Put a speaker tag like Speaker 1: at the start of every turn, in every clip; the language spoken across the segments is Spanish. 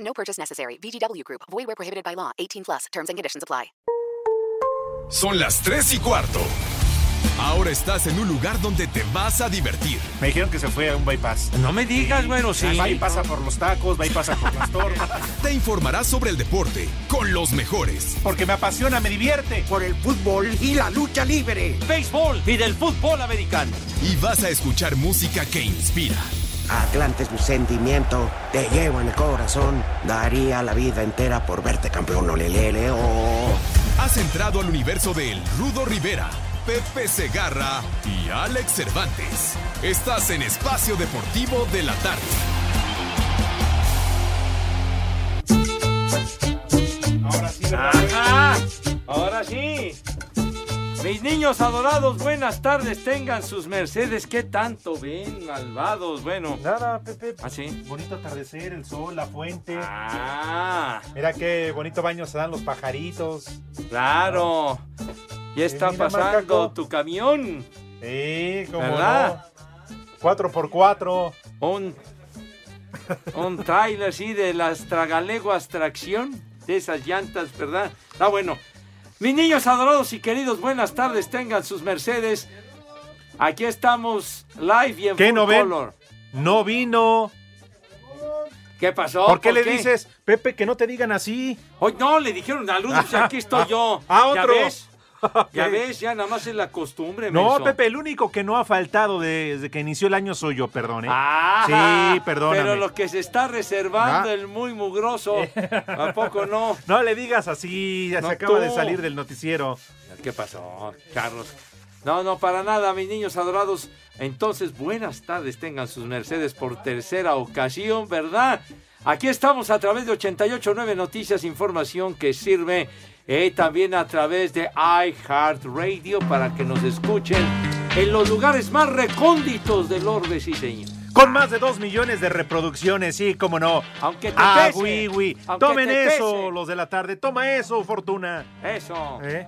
Speaker 1: No purchase necessary. VGW Group. Void where prohibited by law. 18 plus. Terms and conditions apply.
Speaker 2: Son las 3 y cuarto. Ahora estás en un lugar donde te vas a divertir.
Speaker 3: Me dijeron que se fue a un bypass.
Speaker 4: No me digas, bueno, sí.
Speaker 3: Va y pasa por los tacos, va y pasa por las tortas.
Speaker 2: Te informarás sobre el deporte con los mejores.
Speaker 3: Porque me apasiona, me divierte.
Speaker 5: Por el fútbol y la lucha libre.
Speaker 4: Béisbol y del fútbol americano.
Speaker 2: Y vas a escuchar música que inspira.
Speaker 5: Atlante es mi sentimiento, te llevo en el corazón. Daría la vida entera por verte campeón, olelele, oh.
Speaker 2: Has entrado al universo de El Rudo Rivera, Pepe Segarra y Alex Cervantes. Estás en Espacio Deportivo de la Tarde.
Speaker 3: Ahora sí,
Speaker 4: Ajá. Ahora sí. Mis niños adorados, buenas tardes. Tengan sus mercedes. ¿Qué tanto ven, malvados? Bueno.
Speaker 3: Nada, Pepe.
Speaker 4: ¿Ah, sí?
Speaker 3: Bonito atardecer, el sol, la fuente.
Speaker 4: Ah,
Speaker 3: Mira qué bonito baño se dan los pajaritos.
Speaker 4: claro. Ya está
Speaker 3: Mira,
Speaker 4: pasando
Speaker 3: Macaco.
Speaker 4: tu camión.
Speaker 3: Sí, como
Speaker 4: ¿Verdad?
Speaker 3: no. Cuatro por cuatro.
Speaker 4: Un, un trailer, sí, de las tragaleguas tracción, de esas llantas, ¿verdad? Está bueno. Mis niños adorados y queridos, buenas tardes, tengan sus Mercedes. Aquí estamos live y en
Speaker 3: ¿Qué
Speaker 4: full
Speaker 3: no ven?
Speaker 4: color.
Speaker 3: No vino.
Speaker 4: ¿Qué pasó?
Speaker 3: ¿Por qué le dices, Pepe, que no te digan así?
Speaker 4: Hoy no, le dijeron a Luz, aquí estoy yo.
Speaker 3: Ah,
Speaker 4: ¿Ya
Speaker 3: otro.
Speaker 4: ves? Ya ves, ya nada más es la costumbre.
Speaker 3: No,
Speaker 4: menso.
Speaker 3: Pepe, el único que no ha faltado desde que inició el año soy yo, perdón. ¿eh?
Speaker 4: Ah,
Speaker 3: sí, perdóname.
Speaker 4: Pero lo que se está reservando
Speaker 3: Ah.
Speaker 4: el muy mugroso, ¿a poco no?
Speaker 3: No le digas así, ya
Speaker 4: No,
Speaker 3: se acaba
Speaker 4: tú.
Speaker 3: de salir del noticiero.
Speaker 4: ¿Qué pasó, Carlos? No, no, para nada, mis niños adorados. Entonces, buenas tardes, tengan sus Mercedes por tercera ocasión, ¿verdad? Aquí estamos a través de 889 Noticias, información que sirve eh, también a través de iHeartRadio para que nos escuchen en los lugares más recónditos del orbe, sí, señor.
Speaker 3: Con más de 2 millones de reproducciones, sí, cómo no.
Speaker 4: Aunque te
Speaker 3: ah,
Speaker 4: pese,
Speaker 3: oui, oui.
Speaker 4: aunque
Speaker 3: Tomen
Speaker 4: te
Speaker 3: eso,
Speaker 4: pese.
Speaker 3: los de la tarde. Toma eso, Fortuna.
Speaker 4: Eso,
Speaker 3: ¿Eh?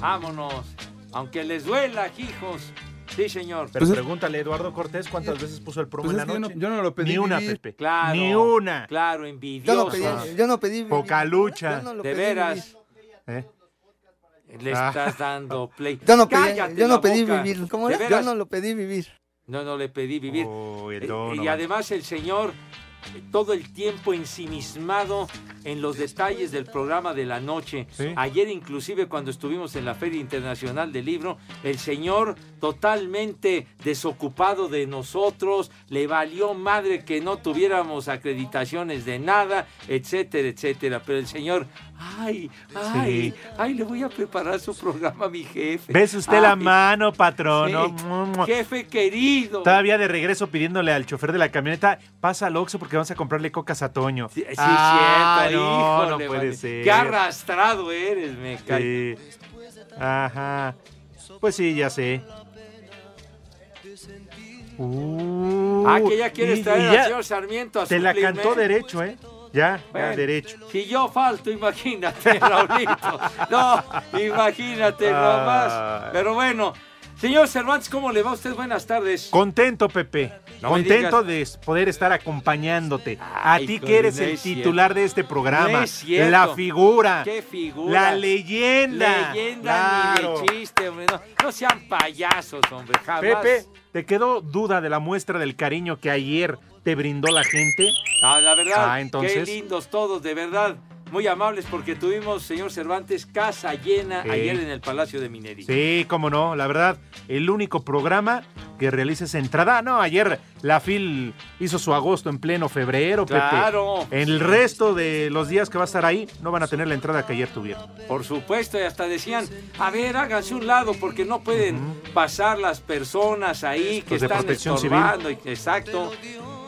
Speaker 4: vámonos. Aunque les duela, hijos. Sí, señor.
Speaker 3: Pero pregúntale a Eduardo Cortés cuántas veces puso el promo
Speaker 6: Pues
Speaker 3: en
Speaker 6: es
Speaker 3: la
Speaker 6: que yo no-
Speaker 3: noche.
Speaker 6: yo no lo pedí
Speaker 3: Ni una,
Speaker 6: vivir.
Speaker 3: Pepe.
Speaker 4: Claro.
Speaker 3: Ni una.
Speaker 4: Claro,
Speaker 6: Yo no
Speaker 4: envidioso.
Speaker 6: pedí, yo no pedí.
Speaker 3: Poca lucha.
Speaker 6: Yo no lo
Speaker 4: ah. De
Speaker 6: pedí,
Speaker 4: veras,
Speaker 6: vivir.
Speaker 3: ¿Eh?
Speaker 4: le
Speaker 3: Ah.
Speaker 4: estás dando play.
Speaker 6: Yo no pedí,
Speaker 4: Cállate
Speaker 6: yo
Speaker 4: la
Speaker 6: no pedí
Speaker 4: boca.
Speaker 6: vivir. ¿Cómo
Speaker 4: De
Speaker 6: era? Yo
Speaker 4: veras,
Speaker 6: no lo pedí vivir.
Speaker 4: no, no le pedí vivir.
Speaker 3: Oh, el
Speaker 4: Eh,
Speaker 3: Donovan.
Speaker 4: y además el señor eh, todo el tiempo ensimismado en los detalles del programa de la noche.
Speaker 3: Sí.
Speaker 4: Ayer inclusive cuando estuvimos en la Feria Internacional del Libro, el señor totalmente desocupado de nosotros, le valió madre que no tuviéramos acreditaciones de nada, etcétera, etcétera. Pero el señor, ay, ay, ay, le voy a preparar su programa a mi jefe.
Speaker 3: ¿Ves usted la
Speaker 4: Ay,
Speaker 3: mano,
Speaker 4: Ah, sí.
Speaker 3: patrono? Mua, mua.
Speaker 4: Jefe querido.
Speaker 3: Todavía de regreso pidiéndole al chofer de la camioneta, pasa al Oxxo porque vamos a comprarle cocas a Toño.
Speaker 4: Sí, sí, es
Speaker 3: Ah,
Speaker 4: cierto,
Speaker 3: no,
Speaker 4: híjole,
Speaker 3: no puede
Speaker 4: vale.
Speaker 3: ser.
Speaker 4: Qué arrastrado eres, me cae.
Speaker 3: Sí. Ajá. Pues sí, ya sé. Uh,
Speaker 4: Ah, que ya quieres
Speaker 3: y-
Speaker 4: traer
Speaker 3: y
Speaker 4: al
Speaker 3: ya
Speaker 4: señor Sarmiento a
Speaker 3: Te la
Speaker 4: suplirme.
Speaker 3: cantó derecho, ¿eh? Ya, ya,
Speaker 4: Bueno,
Speaker 3: derecho.
Speaker 4: Si yo falto, imagínate, Raulito. No, imagínate
Speaker 3: Ah.
Speaker 4: nomás. Pero bueno, señor Cervantes, ¿cómo le va a usted? Buenas tardes.
Speaker 3: Contento, Pepe.
Speaker 4: No me
Speaker 3: Contento de poder estar acompañándote.
Speaker 4: Ay,
Speaker 3: a ti
Speaker 4: Colin,
Speaker 3: que eres
Speaker 4: no
Speaker 3: el
Speaker 4: es cierto.
Speaker 3: titular de este programa.
Speaker 4: No es cierto.
Speaker 3: La figura.
Speaker 4: ¿Qué figura?
Speaker 3: La leyenda.
Speaker 4: Leyenda
Speaker 3: Claro.
Speaker 4: ni de chiste, hombre. No, no sean payasos, hombre, jamás.
Speaker 3: Pepe, ¿te quedó duda de la muestra del cariño que ayer te brindó la gente?
Speaker 4: Ah, la verdad,
Speaker 3: Ah, entonces.
Speaker 4: qué lindos todos, de verdad. Muy amables porque tuvimos, señor Cervantes, casa llena
Speaker 3: Sí.
Speaker 4: ayer en el Palacio de Minería.
Speaker 3: Sí, cómo no, la verdad, el único programa que realiza esa entrada. No, ayer la FIL hizo su agosto en pleno febrero,
Speaker 4: Claro.
Speaker 3: Pepe. El resto de los días que va a estar ahí no van a tener la entrada que ayer tuvieron.
Speaker 4: Por supuesto, y hasta decían, a ver, háganse un lado porque no pueden pasar las personas ahí que
Speaker 3: Los de
Speaker 4: están
Speaker 3: protección
Speaker 4: estorbando. y- exacto.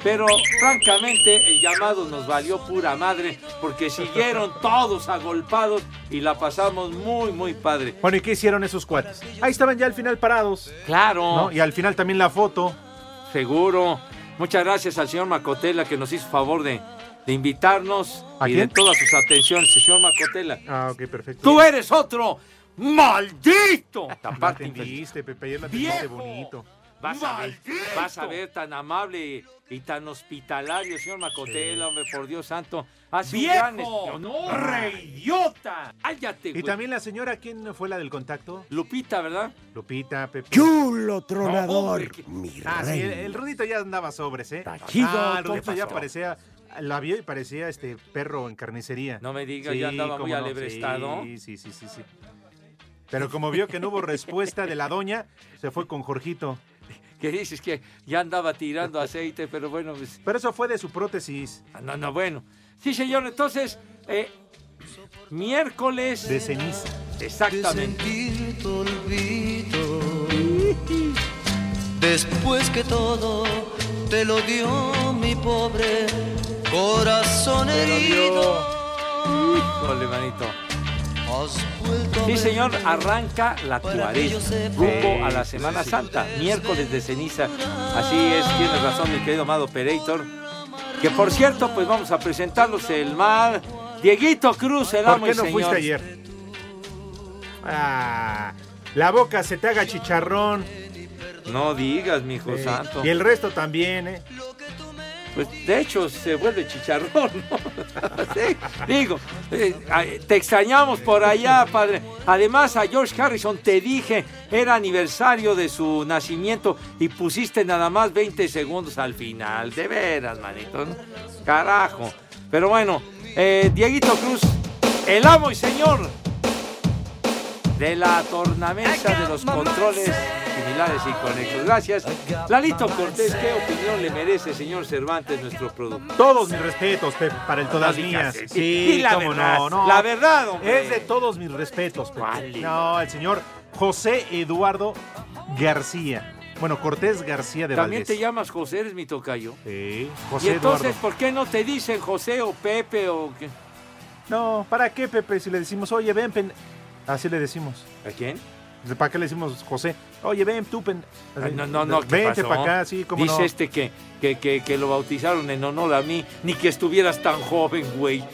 Speaker 4: Pero francamente el llamado nos valió pura madre porque siguieron todos agolpados y la pasamos muy, muy padre.
Speaker 3: Bueno, ¿y qué hicieron esos cuates? Ahí estaban ya al final parados.
Speaker 4: Claro.
Speaker 3: ¿no? Y al final también la foto.
Speaker 4: Seguro. Muchas gracias al señor Macotela que nos hizo favor de, de invitarnos
Speaker 3: ¿A
Speaker 4: y
Speaker 3: quién?
Speaker 4: de todas sus atenciones. Señor Macotela,
Speaker 3: Ah, ok, perfecto.
Speaker 4: tú eres otro maldito.
Speaker 3: La
Speaker 4: Taparte, infeliz.
Speaker 3: atendiste, Pepe, ayer la atendiste
Speaker 4: ¡Viejo!
Speaker 3: bonito.
Speaker 4: Vas a, ver, vas a ver tan amable y, y tan hospitalario, señor Macotela, hombre, por Dios santo. Hace un gran... ¡Viejo! ¡Reyota! ¡Cállate,
Speaker 3: Y
Speaker 4: güey!
Speaker 3: también la señora, ¿quién fue la del contacto?
Speaker 4: Lupita, ¿verdad?
Speaker 3: Lupita, Pepe.
Speaker 5: ¡Chulo
Speaker 4: No,
Speaker 5: tronador!
Speaker 4: hombre, que-
Speaker 5: Mi
Speaker 3: Ah, sí,
Speaker 5: rey.
Speaker 3: el, el Rudito ya andaba sobres, ¿eh?
Speaker 5: Tachido,
Speaker 3: ah, el
Speaker 5: ¿cómo
Speaker 3: Rudito ya
Speaker 5: pasó?
Speaker 3: parecía, la vio y parecía este perro en carnicería.
Speaker 4: No me digas, ya andaba
Speaker 3: cómo
Speaker 4: muy alebrestado.
Speaker 3: Sí, sí, sí, sí, sí. Pero como vio que no hubo respuesta de la doña, se fue con Jorgito.
Speaker 4: Que dices que ya andaba tirando aceite, pero bueno, pues...
Speaker 3: Pero eso fue de su prótesis
Speaker 4: Ah, No, no, bueno. Sí, señor, entonces, eh, miércoles.
Speaker 3: de ceniza.
Speaker 4: Exactamente.
Speaker 6: sentir tu olvido. Después que todo te lo dio mi pobre corazón herido.
Speaker 4: Híjole, manito.
Speaker 6: Has vuelto a
Speaker 4: Sí, señor,
Speaker 6: verme
Speaker 4: arranca la
Speaker 6: para que yo
Speaker 4: tuareg
Speaker 6: sepa
Speaker 4: rumbo a la Semana Santa, miércoles de ceniza. Así es, tienes razón, mi querido amado Operator. Que por cierto, pues vamos a presentarlos el mal. Dieguito Cruz, el
Speaker 3: ¿Por
Speaker 4: amo
Speaker 3: qué
Speaker 4: y
Speaker 3: no
Speaker 4: señor.
Speaker 3: fuiste ayer? Ah, la boca se te haga chicharrón.
Speaker 4: No digas, mi hijo
Speaker 3: eh,
Speaker 4: santo.
Speaker 3: y el resto también, ¿eh?
Speaker 4: Pues de hecho se vuelve chicharrón, ¿no? Sí, digo, eh, ay, te extrañamos por allá, padre. Además, a George Harrison te dije, era aniversario de su nacimiento y pusiste nada más 20 segundos al final. De veras, manito. ¿no? Carajo. Pero bueno, eh, Dieguito Cruz, el amo y señor de la tornamesa de los controles similares y conexos. Gracias. Lalito Cortés, ¿qué opinión le merece, señor Cervantes, nuestro productor?
Speaker 3: Todos mis respetos, Pepe, para el todas
Speaker 4: No digas
Speaker 3: mías.
Speaker 4: eso.
Speaker 3: Sí,
Speaker 4: Y la
Speaker 3: cómo
Speaker 4: verdad,
Speaker 3: no, no.
Speaker 4: la verdad, hombre.
Speaker 3: Es de todos mis respetos, Pepe.
Speaker 4: Vale.
Speaker 3: No, el señor José Eduardo García. Bueno, Cortés García de
Speaker 4: También te
Speaker 3: Valdés.
Speaker 4: llamas José, eres mi tocayo.
Speaker 3: Sí,
Speaker 4: y
Speaker 3: José
Speaker 4: entonces,
Speaker 3: Eduardo.
Speaker 4: ¿por qué no te dicen José o Pepe o qué?
Speaker 3: No, ¿para qué, Pepe? Si le decimos, oye, ven, pen-". así le decimos.
Speaker 4: ¿A quién?
Speaker 3: ¿Para qué le decimos José? Oye, ven, tú, pen.
Speaker 4: Ah, no, no, no, ¿qué
Speaker 3: Vente
Speaker 4: pasó?
Speaker 3: para acá, sí, como
Speaker 4: Dice
Speaker 3: no.
Speaker 4: este que, que, que, que lo bautizaron en honor a mí, ni que estuvieras tan joven, güey.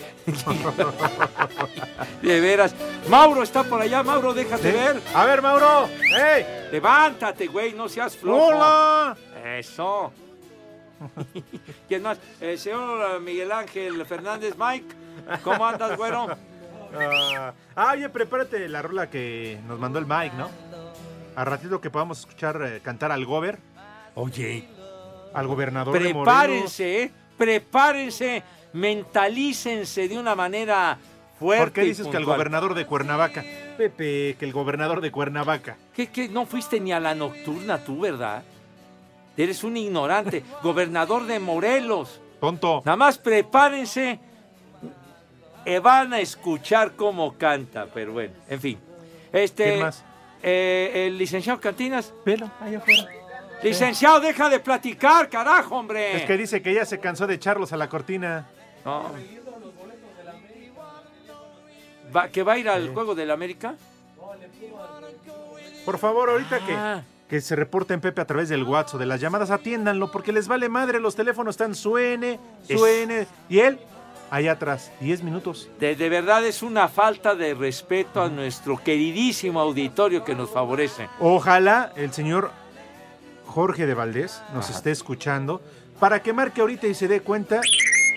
Speaker 4: de veras. Mauro está por allá, Mauro, déjate
Speaker 3: ¿Sí?
Speaker 4: ver.
Speaker 3: A ver, Mauro. ¡Ey!
Speaker 4: Levántate, güey, no seas flojo.
Speaker 3: ¡Hola!
Speaker 4: Eso. ¿Quién más? El señor eh, Miguel Ángel Fernández, Mike. ¿Cómo andas, güero?
Speaker 3: Ah, ah, oye, prepárate la rola que nos mandó el Mike, ¿no? A ratito que podamos escuchar eh, cantar al gober,
Speaker 4: Oye,
Speaker 3: al gobernador de Morelos.
Speaker 4: prepárense, eh, prepárense, mentalícense de una manera fuerte.
Speaker 3: ¿Por qué
Speaker 4: y
Speaker 3: dices que al
Speaker 4: puntual.
Speaker 3: gobernador de Cuernavaca? Pepe, que el gobernador de Cuernavaca.
Speaker 4: ¿Qué, qué? No fuiste ni a la nocturna tú, ¿verdad? Eres un ignorante, gobernador de Morelos.
Speaker 3: Tonto.
Speaker 4: Nada más prepárense. eh, van a escuchar cómo canta, pero bueno, en fin. Este,
Speaker 3: ¿Quién más?
Speaker 4: eh, el licenciado Cantinas.
Speaker 3: Velo, allá afuera.
Speaker 4: Licenciado, deja de platicar, carajo, hombre.
Speaker 3: Es que dice que ya se cansó de echarlos a la cortina.
Speaker 4: No. Va- ¿Que va a ir al juego del América?
Speaker 3: Por favor, ahorita
Speaker 4: Ah.
Speaker 3: que, que se reporten Pepe a través del WhatsApp, de las llamadas, atiéndanlo, porque les vale madre, los teléfonos están suene,
Speaker 4: Es-
Speaker 3: suene. Y él, allá atrás, 10 minutos.
Speaker 4: De, de verdad es una falta de respeto a nuestro queridísimo auditorio que nos favorece.
Speaker 3: Ojalá el señor Jorge de Valdés nos esté escuchando para que marque ahorita y se dé cuenta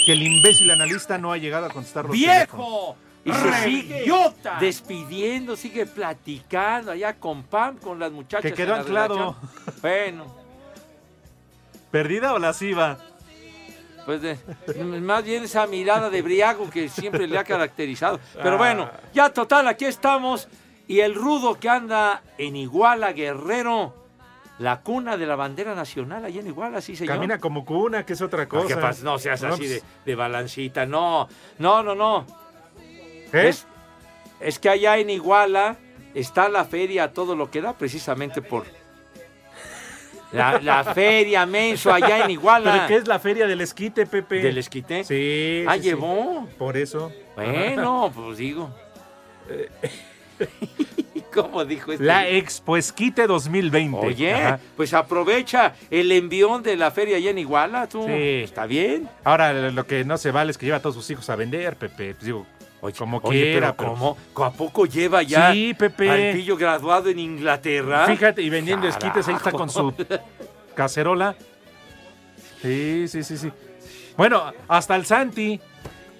Speaker 3: que el imbécil analista no ha llegado a contestar los teléfonos.
Speaker 4: ¡Viejo! Y se sigue despidiendo, sigue platicando allá con Pam, con las muchachas.
Speaker 3: Que
Speaker 4: en
Speaker 3: quedó
Speaker 4: la
Speaker 3: anclado.
Speaker 4: redacción. Bueno,
Speaker 3: ¿Perdida o lasciva?
Speaker 4: pues de- más bien esa mirada de briago que siempre le ha caracterizado.
Speaker 3: Ah.
Speaker 4: Pero bueno, ya total, aquí estamos. Y el rudo que anda en Iguala, Guerrero, la cuna de la bandera nacional allá en Iguala, sí señor.
Speaker 3: Camina como cuna, que es otra
Speaker 4: Ah,
Speaker 3: cosa.
Speaker 4: ¿qué pasa? No seas así de,
Speaker 3: pues,
Speaker 4: de balancita, no, no, no, no.
Speaker 3: ¿eh?
Speaker 4: Es, es que allá en Iguala está la feria, todo lo que da, precisamente por. La, la feria menso allá en Iguala.
Speaker 7: ¿Pero qué es la feria del esquite, Pepe?
Speaker 4: ¿Del esquite?
Speaker 7: Sí.
Speaker 4: Ah,
Speaker 7: sí, sí.
Speaker 4: llevó.
Speaker 3: Por eso.
Speaker 4: Bueno, pues digo. ¿Cómo dijo este?
Speaker 3: La Expo Esquite 2020.
Speaker 4: Oye,
Speaker 3: Ajá.
Speaker 4: pues aprovecha el envión de la feria allá en Iguala, tú.
Speaker 3: Sí.
Speaker 4: Está bien.
Speaker 3: Ahora, lo que no se vale es que lleva a todos sus hijos a vender, Pepe. Pues digo,
Speaker 4: Oye,
Speaker 3: como
Speaker 4: oye,
Speaker 3: quiera.
Speaker 4: pero
Speaker 3: pero-
Speaker 4: ¿cómo? ¿A poco lleva ya
Speaker 3: Sí, Pepe.
Speaker 4: al pillo graduado en Inglaterra?
Speaker 3: Fíjate, y vendiendo esquites, ahí está
Speaker 4: Carajo.
Speaker 3: con su cacerola. Sí, sí, sí, sí. Bueno, hasta el Santi.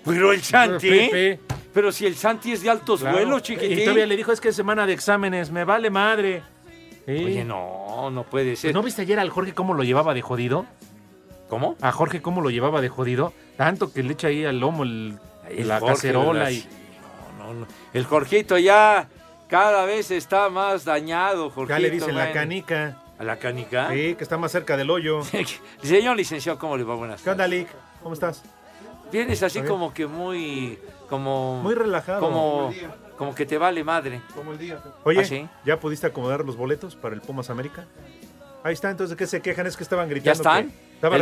Speaker 4: Pero el Santi, ¿eh?
Speaker 3: Pepe.
Speaker 4: pero si el Santi es de altos
Speaker 3: claro.
Speaker 4: vuelos,
Speaker 3: Y
Speaker 4: chiquitín.
Speaker 3: todavía le dijo, es que es semana de exámenes, me vale madre. Sí. Pues,
Speaker 4: Oye, no, no puede ser.
Speaker 3: ¿No viste ayer al Jorge cómo lo llevaba de jodido?
Speaker 4: ¿Cómo?
Speaker 3: A Jorge cómo lo llevaba de jodido. Tanto que le echa ahí al lomo el-
Speaker 4: El
Speaker 3: la
Speaker 4: Jorge,
Speaker 3: cacerola
Speaker 4: ¿verdad?
Speaker 3: y...
Speaker 4: Sí, no, no, no. El Jorgito ya cada vez está más dañado, Jorgito. bueno.
Speaker 3: canica.
Speaker 4: ¿A la canica?
Speaker 3: Sí, que está más cerca del hoyo.
Speaker 4: Señor licenciado, ¿cómo le va? Buenas
Speaker 3: ¿Qué onda,
Speaker 4: tardes.
Speaker 3: Lick? ¿Cómo estás?
Speaker 4: Vienes así
Speaker 3: Bien.
Speaker 4: como que muy... Como,
Speaker 3: Muy relajado.
Speaker 4: Como, como que te vale madre.
Speaker 3: Oye,
Speaker 4: ¿Ah, sí?
Speaker 3: ¿ya pudiste acomodar los boletos para el Pumas América? Ahí está, entonces, ¿de qué se quejan? Es que estaban
Speaker 4: ¿Ya
Speaker 3: gritando.
Speaker 4: están?
Speaker 3: que estaba
Speaker 4: El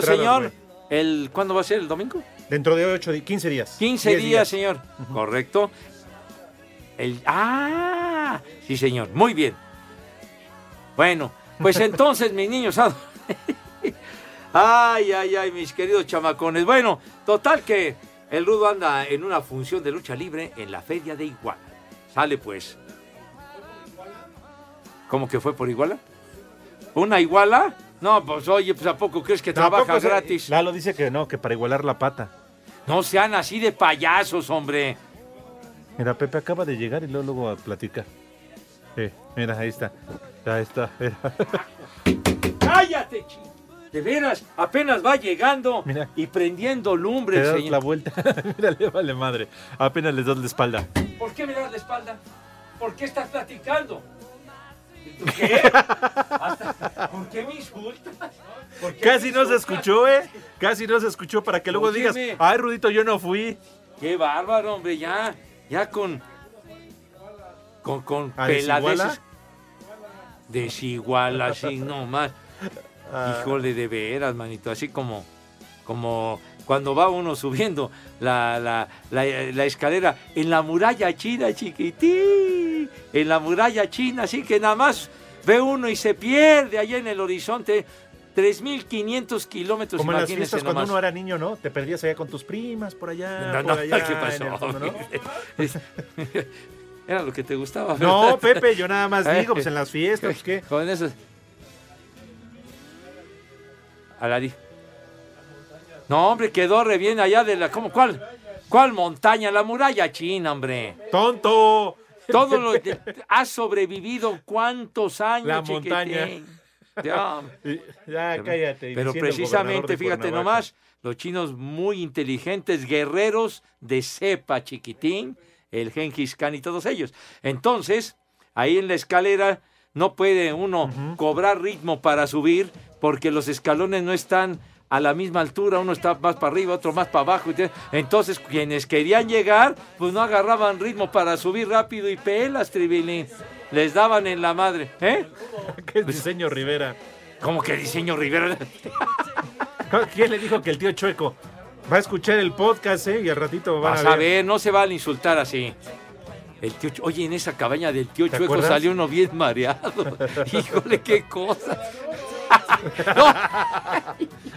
Speaker 4: partido,
Speaker 3: entradas,
Speaker 4: señor.
Speaker 3: güey.
Speaker 4: El, ¿Cuándo va a ser? ¿El domingo?
Speaker 3: Dentro de 8, 15 días.
Speaker 4: 15
Speaker 3: 10
Speaker 4: días, señor. Correcto. El, ah, sí, señor. Muy bien. Bueno, pues entonces, mis niños. ad- Ay, ay, ay, mis queridos chamacones. Bueno, total que el Rudo anda en una función de lucha libre en la feria de Iguala. Sale pues. ¿Cómo que fue por Iguala? ¿Una Iguala? No, pues oye, pues ¿a poco crees que
Speaker 3: No, ¿a poco
Speaker 4: trabaja
Speaker 3: se-
Speaker 4: gratis?
Speaker 3: Lalo dice que no, que para igualar la pata.
Speaker 4: No sean así de payasos, hombre.
Speaker 3: Mira, Pepe acaba de llegar y luego, luego a platicar. Sí, mira, ahí está. Ahí está. mira.
Speaker 4: ¡Cállate, ching! De veras, apenas va llegando
Speaker 3: Mira.
Speaker 4: y prendiendo lumbre,
Speaker 3: Te das
Speaker 4: señor.
Speaker 3: la vuelta. mira, le vale madre. Apenas les das la espalda.
Speaker 4: ¿Por qué me das la espalda? ¿Por qué estás platicando? ¿Qué? Hasta- ¿Por qué me insultas? ¿Por qué
Speaker 3: Casi
Speaker 4: me
Speaker 3: no se
Speaker 4: insultas?
Speaker 3: escuchó, ¿eh? Casi no se escuchó para que luego
Speaker 4: Óyeme.
Speaker 3: digas, ay, Rudito, yo no fui.
Speaker 4: ¡Qué bárbaro, hombre! Ya, ya con. Con, con
Speaker 3: ¿A desiguala?
Speaker 4: peladeces. Desiguala, así nomás.
Speaker 3: Ah.
Speaker 4: Híjole, de veras, manito. Así como. Como cuando va uno subiendo la, la- la- la escalera en la muralla china, chiquitín. En la muralla china, así que nada más ve uno y se pierde allá en el horizonte. 3.500 kilómetros,
Speaker 3: Como en las
Speaker 4: imagínense
Speaker 3: fiestas cuando
Speaker 4: Pues nomás.
Speaker 3: uno era niño, ¿no? Te perdías allá con tus primas por allá.
Speaker 4: No,
Speaker 3: Ah, por
Speaker 4: no,
Speaker 3: allá,
Speaker 4: ¿qué
Speaker 3: en el
Speaker 4: pasó?
Speaker 3: fondo, ¿no?
Speaker 4: Es- Era lo que te gustaba.
Speaker 3: No,
Speaker 4: ¿verdad?
Speaker 3: Pepe, yo nada más digo, pues en las fiestas, pues, ¿qué?
Speaker 4: Con eso. Alari. No, hombre, quedó re bien allá de la. ¿Cómo? ¿Cuál? ¿Cuál montaña? La muralla china, hombre.
Speaker 3: ¡Tonto!
Speaker 4: Todo lo. de- Has sobrevivido cuántos años.
Speaker 3: La montaña.
Speaker 4: chiquitín? Ya.
Speaker 3: Ya, cállate.
Speaker 4: Pero
Speaker 3: diciendo el gobernador
Speaker 4: precisamente,
Speaker 3: de
Speaker 4: fíjate
Speaker 3: Cuernavaca.
Speaker 4: nomás, los chinos muy inteligentes, guerreros de cepa, chiquitín, el Genghis Khan y todos ellos. Entonces, ahí en la escalera no puede uno cobrar ritmo para subir porque los escalones no están a la misma altura, uno está más para arriba, otro más para abajo. y te- Entonces, quienes querían llegar, pues no agarraban ritmo para subir rápido y pelas, Tribilín. Les daban en la madre, ¿eh?
Speaker 3: ¿Qué es diseño Rivera?
Speaker 4: Como que diseño Rivera.
Speaker 3: ¿Quién le dijo que el tío Chueco va a escuchar el podcast, eh? Y al ratito van
Speaker 4: Vas a ver, no se van a insultar así. El tío, Chu- oye, en esa cabaña del tío
Speaker 3: ¿Te
Speaker 4: Chueco
Speaker 3: acuerdas?
Speaker 4: salió uno bien mareado. Híjole, qué cosa. no,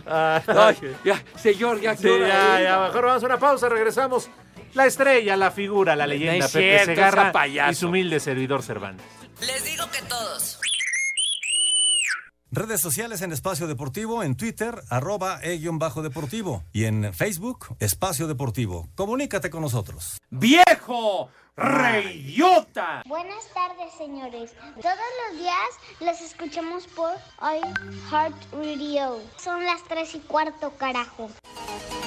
Speaker 3: Ah,
Speaker 4: no, ya, señor, ya
Speaker 3: sí,
Speaker 4: qué hora
Speaker 3: ya,
Speaker 4: es?
Speaker 3: ya, mejor vamos a una pausa, regresamos. La estrella, la figura, la leyenda,
Speaker 4: es
Speaker 3: Pepe
Speaker 4: cierto,
Speaker 3: Segarra
Speaker 4: esa payaso.
Speaker 3: y su humilde servidor Cervantes.
Speaker 8: Les digo que todos.
Speaker 9: Redes sociales en Espacio Deportivo, en Twitter, arroba e-bajo deportivo y en Facebook, Espacio Deportivo. Comunícate con nosotros.
Speaker 4: ¡Viejo! ¡Reyota!
Speaker 10: Buenas tardes, señores. Todos los días los escuchamos por iHeart Radio. Son las 3 y cuarto, carajo.
Speaker 11: Ah.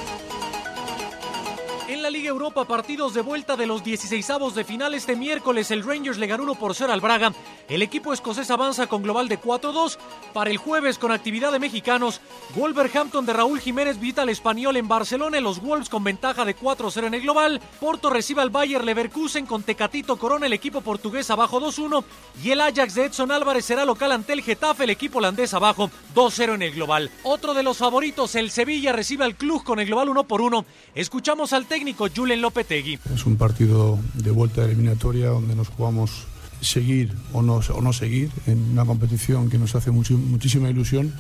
Speaker 11: En la Liga Europa, partidos de vuelta de los 16avos de final este miércoles. El Rangers le ganó 1 por 0 al Braga. El equipo escocés avanza con global de 4-2. Para el jueves, con actividad de mexicanos, Wolverhampton de Raúl Jiménez visita al español en Barcelona. Los Wolves con ventaja de 4-0 en el global. Porto recibe al Bayer Leverkusen con Tecatito Corona. El equipo portugués abajo 2-1. Y el Ajax de Edson Álvarez será local ante el Getafe. El equipo holandés abajo 2-0 en el global. Otro de los favoritos, el Sevilla, recibe al club con el global 1 por 1. Escuchamos al técnico Julen Lopetegui.
Speaker 12: Es un partido de vuelta de eliminatoria donde nos jugamos seguir o no, o no seguir en una competición que nos hace mucho, muchísima ilusión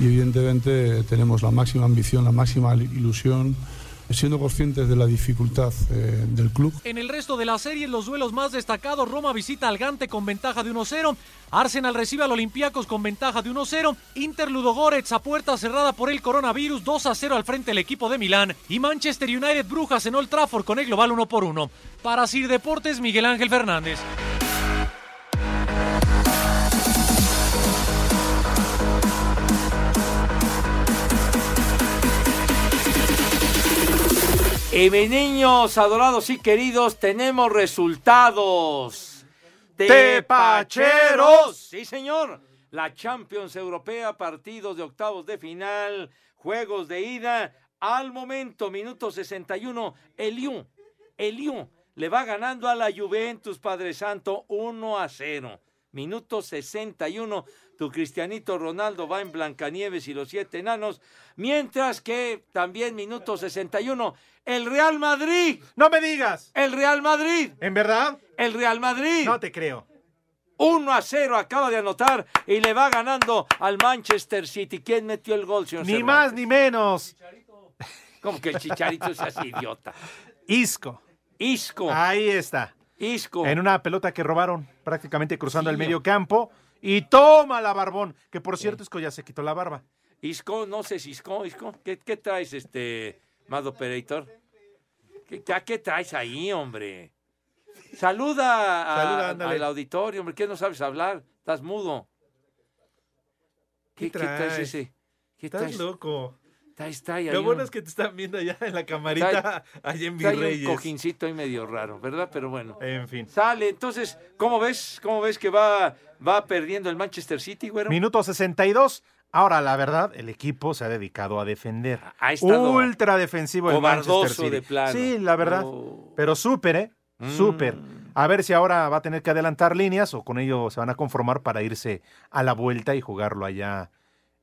Speaker 12: y evidentemente tenemos la máxima ambición, la máxima ilusión siendo conscientes de la dificultad eh, del club.
Speaker 11: En el resto de la serie, los duelos más destacados, Roma visita al Gante con ventaja de 1-0, Arsenal recibe al Olympiacos con ventaja de 1-0, Inter Ludogorets a puerta cerrada por el coronavirus 2-0 al frente del equipo de Milán y Manchester United Brujas en Old Trafford con el global 1 por 1. Para Sir Deportes, Miguel Ángel Fernández.
Speaker 4: Y mis niños adorados y queridos, tenemos resultados.
Speaker 3: ¡Tepacheros!
Speaker 4: Sí, señor. La Champions Europea, partidos de octavos de final, juegos de ida. Al momento, minuto 61, el Lyon, el Lyon le va ganando a la Juventus, Padre Santo, 1 a 0. Minuto 61, tu Cristianito Ronaldo va en Blancanieves y los siete enanos. Mientras que también minuto 61, el Real Madrid.
Speaker 3: No me digas.
Speaker 4: El Real Madrid.
Speaker 3: ¿En verdad?
Speaker 4: El Real Madrid.
Speaker 3: No te creo.
Speaker 4: 1 a 0 acaba de anotar y le va ganando al Manchester City. ¿Quién metió el gol, señor?
Speaker 3: Ni Cervantes? más ni menos.
Speaker 4: Como que el chicharito es así, idiota.
Speaker 3: Isco.
Speaker 4: Isco.
Speaker 3: Ahí está.
Speaker 4: Isco.
Speaker 3: Ah. En una pelota que robaron prácticamente cruzando sí, el medio campo. Y toma la barbón, que por cierto Isco ya se quitó la barba.
Speaker 4: Isco, no sé si Isco, Isco, ¿qué, qué traes este, Mad Operator? ¿Qué, ¿A qué traes ahí, hombre? Saluda, a, Saluda a, al auditorio, hombre, ¿qué no sabes hablar? Estás mudo.
Speaker 3: ¿Qué, ¿Qué traes? traes? ese?
Speaker 4: ¿Qué
Speaker 3: Estás traes? loco.
Speaker 4: Traes, traes,
Speaker 3: Lo bueno un... es que te están viendo allá en la camarita, allá en Virreyes.
Speaker 4: un cojincito ahí medio raro, ¿verdad? Pero bueno.
Speaker 3: En fin.
Speaker 4: Sale, entonces, ¿cómo ves? ¿Cómo ves que va va perdiendo el Manchester City, güero.
Speaker 3: Minuto 62. Ahora, la verdad, el equipo se ha dedicado a defender.
Speaker 4: Ha estado
Speaker 3: Ultra defensivo el Manchester City.
Speaker 4: de plano.
Speaker 3: Sí, la verdad. Oh. Pero súper, ¿eh? Súper. Mm. A ver si ahora va a tener que adelantar líneas o con ello se van a conformar para irse a la vuelta y jugarlo allá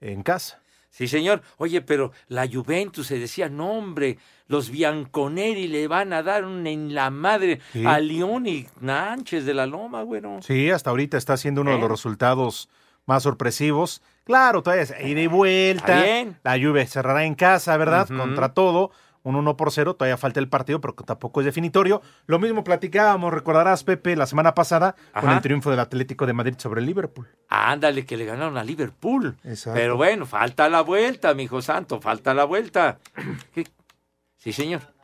Speaker 3: en casa.
Speaker 4: Sí, señor. Oye, pero la Juventus se decía, no, hombre, los Bianconeri le van a dar un en la madre sí. a León y Nánchez de la Loma, bueno.
Speaker 3: Sí, hasta ahorita está siendo uno ¿Eh? de los resultados más sorpresivos. Claro, todavía es ida y vuelta.
Speaker 4: Bien?
Speaker 3: La Juve cerrará en casa, ¿verdad? Uh -huh. Contra todo. Un 1 por 0, todavía falta el partido, pero tampoco es definitorio. Lo mismo platicábamos, recordarás, Pepe, la semana pasada Ajá. con el triunfo del Atlético de Madrid sobre el Liverpool.
Speaker 4: Ándale, que le ganaron a Liverpool. Exacto. Pero bueno, falta la vuelta, mi hijo santo, falta la vuelta. ¿Qué? Sí, señor.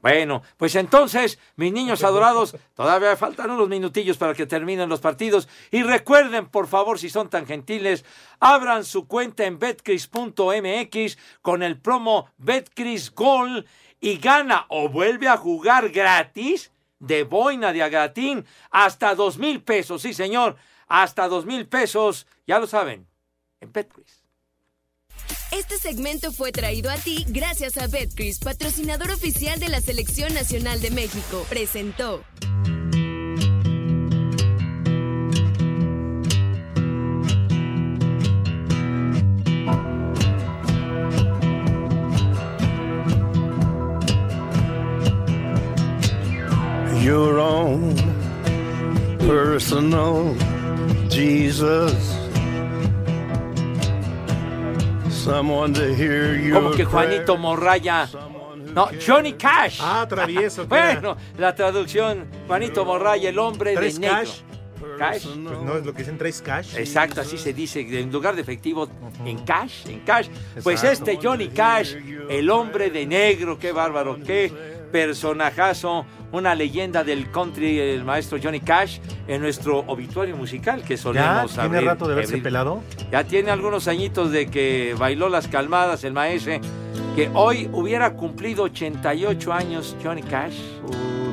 Speaker 4: Bueno, pues entonces, mis niños adorados, todavía faltan unos minutillos para que terminen los partidos. Y recuerden, por favor, si son tan gentiles, abran su cuenta en betcris.mx con el promo Betcris Gol y gana o vuelve a jugar gratis de boina de agatín hasta dos mil pesos. Sí, señor, hasta dos mil pesos. Ya lo saben, en Betcris.
Speaker 13: Este segmento fue traído a ti gracias a Betcris, patrocinador oficial de la Selección Nacional de México. Presentó.
Speaker 14: Your own personal Jesus.
Speaker 4: Como que Juanito Morraya. No, Johnny Cash.
Speaker 3: Ah, travieso.
Speaker 4: bueno, la traducción, Juanito Morraya, el hombre
Speaker 3: ¿Tres
Speaker 4: de
Speaker 3: cash?
Speaker 4: negro. Cash. Pues
Speaker 3: no, es lo que dicen tres cash.
Speaker 4: Exacto, así se dice, en lugar de efectivo, uh -huh. en cash, en cash. Exacto. Pues este Johnny Cash, el hombre de negro, qué bárbaro, qué personajazo, una leyenda del country, el maestro Johnny Cash, en nuestro obituario musical que solemos
Speaker 3: ¿Ya? ¿Tiene
Speaker 4: abrir,
Speaker 3: rato de verse
Speaker 4: abrir.
Speaker 3: pelado?
Speaker 4: Ya tiene algunos añitos de que bailó las calmadas el maestro. que hoy hubiera cumplido 88 años Johnny Cash.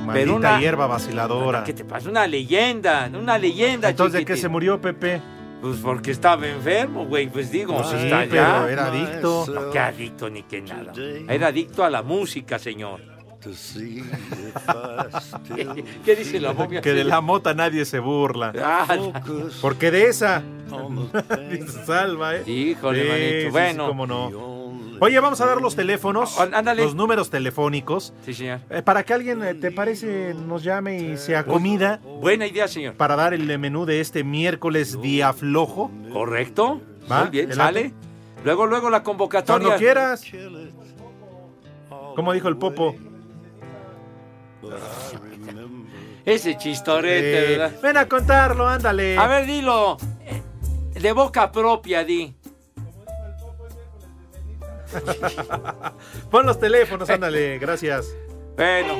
Speaker 3: Maldita
Speaker 4: una-
Speaker 3: hierba vaciladora.
Speaker 4: ¿Qué te pasa? Una leyenda, una leyenda.
Speaker 3: Entonces, ¿de qué
Speaker 4: chiquitín.
Speaker 3: se murió Pepe?
Speaker 4: Pues porque estaba enfermo, güey. Pues digo,
Speaker 3: No,
Speaker 4: pues
Speaker 3: sí,
Speaker 4: está
Speaker 3: pero
Speaker 4: allá.
Speaker 3: era adicto.
Speaker 4: No, qué adicto ni qué nada. Era adicto a la música, señor. ¿Qué, qué dice la momia?
Speaker 3: Que de la mota nadie se burla.
Speaker 4: Ah,
Speaker 3: Porque de esa nadie se salva, ¿eh?
Speaker 4: Híjole,
Speaker 3: Sí,
Speaker 4: manito.
Speaker 3: sí, sí,
Speaker 4: Bueno. Ah,
Speaker 3: cómo no. Oye, vamos a dar los teléfonos, los números telefónicos,
Speaker 4: Sí, señor.
Speaker 3: eh, para que alguien, eh, ¿te parece, nos llame y sea comida
Speaker 4: Buena idea, señor.
Speaker 3: para dar el menú de este miércoles día flojo?
Speaker 4: Correcto.
Speaker 3: ¿Va?
Speaker 4: Muy bien,
Speaker 3: Adelante.
Speaker 4: sale. Luego, luego la convocatoria.
Speaker 3: Cuando quieras. Como dijo el Popo.
Speaker 4: Ese chistorete,
Speaker 3: Eh,
Speaker 4: ¿verdad?
Speaker 3: Ven a contarlo, ándale.
Speaker 4: A ver, dilo. eh, De boca propia, di.
Speaker 3: Pon los teléfonos, ándale, gracias.
Speaker 4: Bueno.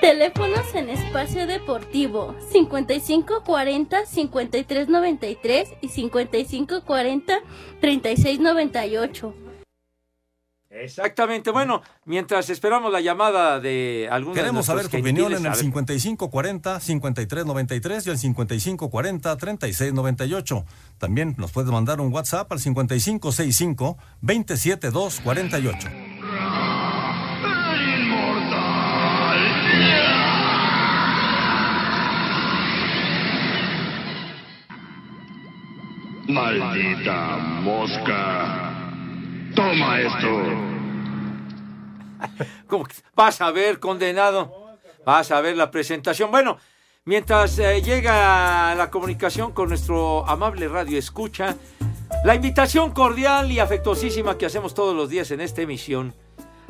Speaker 15: Teléfonos en espacio deportivo 5540 5393 y 5540 3698.
Speaker 4: Exactamente. Bueno, mientras esperamos la llamada de algún de
Speaker 9: Queremos saber
Speaker 4: nuestros
Speaker 9: tu opinión
Speaker 4: gentiles,
Speaker 9: en
Speaker 4: a
Speaker 9: el
Speaker 4: ver.
Speaker 9: 5540-5393 y el 5540-3698. También nos puedes mandar un WhatsApp al 5565-27248.
Speaker 16: Maldita mosca. Toma esto.
Speaker 4: ¿Cómo que- Vas a ver, condenado. Vas a ver la presentación. Bueno, mientras eh, llega la comunicación con nuestro amable radio escucha, la invitación cordial y afectuosísima que hacemos todos los días en esta emisión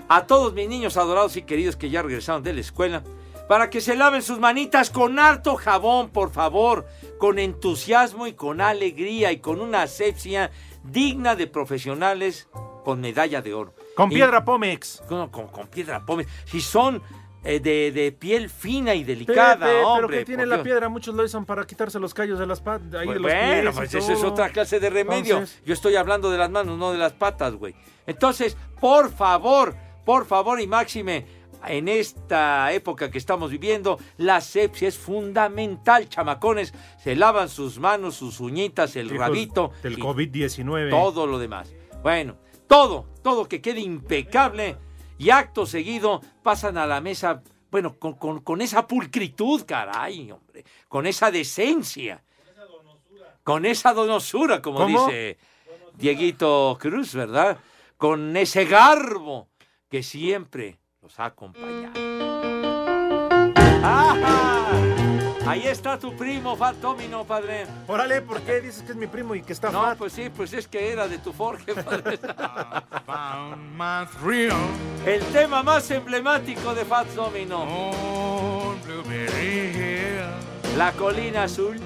Speaker 4: a todos mis niños adorados y queridos que ya regresaron de la escuela, para que se laven sus manitas con harto jabón, por favor, con entusiasmo y con alegría y con una asepsia digna de profesionales con medalla de oro.
Speaker 3: Con
Speaker 4: Y-
Speaker 3: piedra Pómex.
Speaker 4: con, con- con piedra pómez. Si son eh, de, de piel fina y delicada, hombre.
Speaker 3: pero que tiene
Speaker 4: por
Speaker 3: la
Speaker 4: Dios.
Speaker 3: piedra, muchos lo usan para quitarse los callos de las patas. ahí de
Speaker 4: Pues
Speaker 3: los pies
Speaker 4: bueno,
Speaker 3: y
Speaker 4: pues esa es
Speaker 3: todo.
Speaker 4: otra clase de remedio.
Speaker 3: Entonces-
Speaker 4: Yo estoy hablando de las manos, no de las patas, güey. Entonces, por favor, por favor y máxime, en esta época que estamos viviendo, la asepsia es fundamental, chamacones. Se lavan sus manos, sus uñitas, el
Speaker 3: Hijos
Speaker 4: rabito.
Speaker 3: Del
Speaker 4: y
Speaker 3: COVID-19.
Speaker 4: todo lo demás. Bueno, todo, todo que quede impecable y acto seguido pasan a la mesa, bueno, con, con- con esa pulcritud, caray, hombre, con esa decencia, con esa donosura, como
Speaker 3: ¿Cómo?
Speaker 4: dice Dieguito Cruz, ¿verdad? Con ese garbo que siempre los ha acompañado. ¡Ajá! Ahí está tu primo, Fatómino, padre.
Speaker 3: Órale, ¿por qué dices que es mi primo y que está
Speaker 4: No,
Speaker 3: fat?
Speaker 4: pues sí, pues es que era de tu forje, padre.
Speaker 3: Río.
Speaker 4: El tema más emblemático de Fats Domino. La colina azul.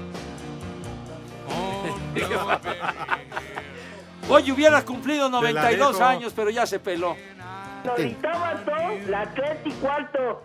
Speaker 4: Hoy hubiera cumplido
Speaker 3: la
Speaker 4: 92
Speaker 9: dejo.
Speaker 4: años, pero ya se peló.
Speaker 17: la tres y cuarto.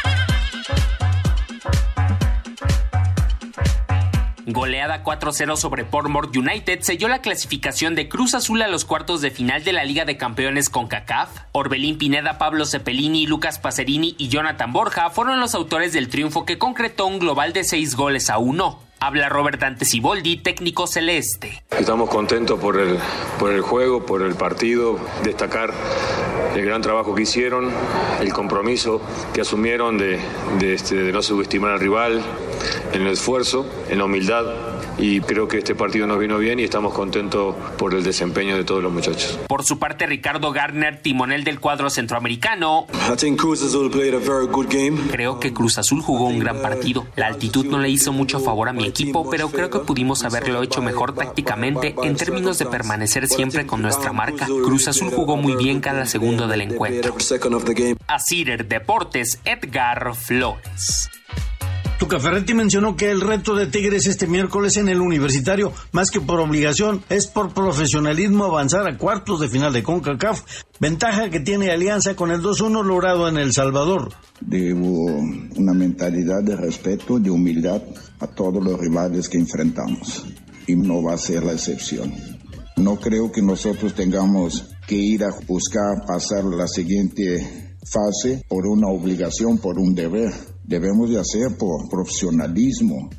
Speaker 18: Goleada 4-0 sobre Portmore United selló la clasificación de Cruz Azul a los cuartos de final de la Liga de Campeones con CACAF. Orbelín Pineda, Pablo Cepelini, Lucas Pacerini y Jonathan Borja fueron los autores del triunfo que concretó un global de 6 goles a 1. Habla Robert Dante Siboldi, técnico celeste.
Speaker 19: Estamos contentos por el, por el juego, por el partido, destacar el gran trabajo que hicieron, el compromiso que asumieron de, de, este, de no subestimar al rival, en el esfuerzo, en la humildad y creo que este partido nos vino bien y estamos contentos por el desempeño de todos los muchachos.
Speaker 18: Por su parte, Ricardo Garner, timonel del cuadro centroamericano, creo que Cruz Azul jugó un gran partido. La altitud no le hizo mucho favor a mi equipo, pero creo que pudimos haberlo hecho mejor tácticamente en términos de permanecer siempre con nuestra marca. Cruz Azul jugó muy bien cada segundo del encuentro. A Cider Deportes, Edgar Flores.
Speaker 17: Tucaferretti mencionó que el reto de Tigres este miércoles en el universitario, más que por obligación, es por profesionalismo avanzar a cuartos de final de CONCACAF, ventaja que tiene alianza con el 2-1 logrado en El Salvador.
Speaker 20: Debo una mentalidad de respeto, de humildad a todos los rivales que enfrentamos y no va a ser la excepción. No creo que nosotros tengamos que ir a buscar pasar la siguiente fase por una obligación, por un deber. Debemos de hacer por profesionalismo,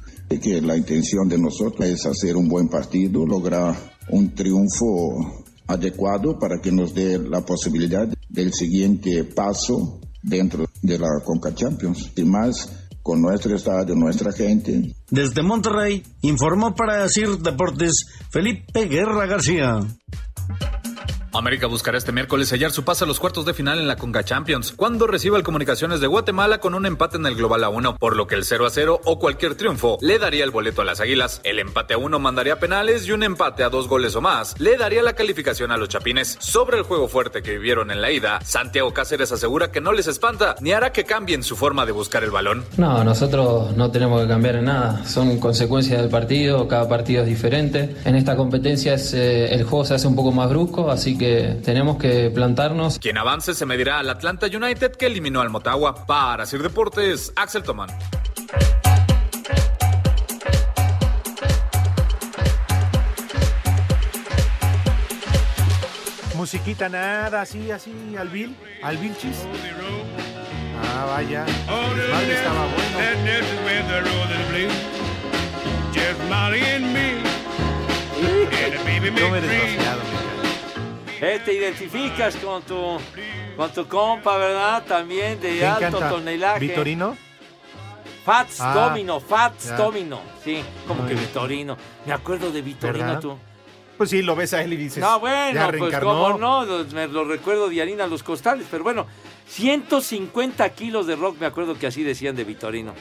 Speaker 20: que la intención de nosotros es hacer un buen partido, lograr un triunfo adecuado para que nos dé la posibilidad del siguiente paso dentro de la Conca Champions. Y más con nuestro estadio, nuestra gente.
Speaker 17: Desde Monterrey, informó para CIR Deportes Felipe Guerra García.
Speaker 21: América buscará este miércoles sellar su pase a los cuartos de final en la Conca Champions, cuando reciba el Comunicaciones de Guatemala con un empate en el Global a 1, por lo que el 0 a 0 o cualquier triunfo le daría el boleto a las Águilas. El empate a 1 mandaría penales y un empate a dos goles o más le daría la calificación a los Chapines. Sobre el juego fuerte que vivieron en la ida, Santiago Cáceres asegura que no les espanta ni hará que cambien su forma de buscar el balón.
Speaker 22: No, nosotros no tenemos que cambiar en nada, son consecuencias del partido, cada partido es diferente. En esta competencia es, eh, el juego se hace un poco más brusco, así que que tenemos que plantarnos.
Speaker 21: Quien avance se medirá al Atlanta United que eliminó al Motagua. Para Sir Deportes, Axel Tomán.
Speaker 3: Musiquita nada, así, así, al Bill, al Vilchis. Ah, vaya. Madre estaba bueno.
Speaker 4: No me desgraciado, eh, te identificas con tu, con tu compa, ¿verdad? También de alto
Speaker 3: encanta?
Speaker 4: tonelaje.
Speaker 3: ¿Vitorino?
Speaker 4: Fats
Speaker 3: Ah,
Speaker 4: Domino, Fats
Speaker 3: ya.
Speaker 4: Domino. Sí, como
Speaker 3: Muy
Speaker 4: que
Speaker 3: bien.
Speaker 4: Vitorino. Me acuerdo de Vitorino
Speaker 3: ¿Verdad?
Speaker 4: tú.
Speaker 3: Pues sí, lo ves a él y dices.
Speaker 4: No, bueno,
Speaker 3: ya
Speaker 4: pues
Speaker 3: reencarnó.
Speaker 4: cómo no, lo- me lo recuerdo de Harina Los Costales, pero bueno, 150 kilos de rock, me acuerdo que así decían de Vitorino.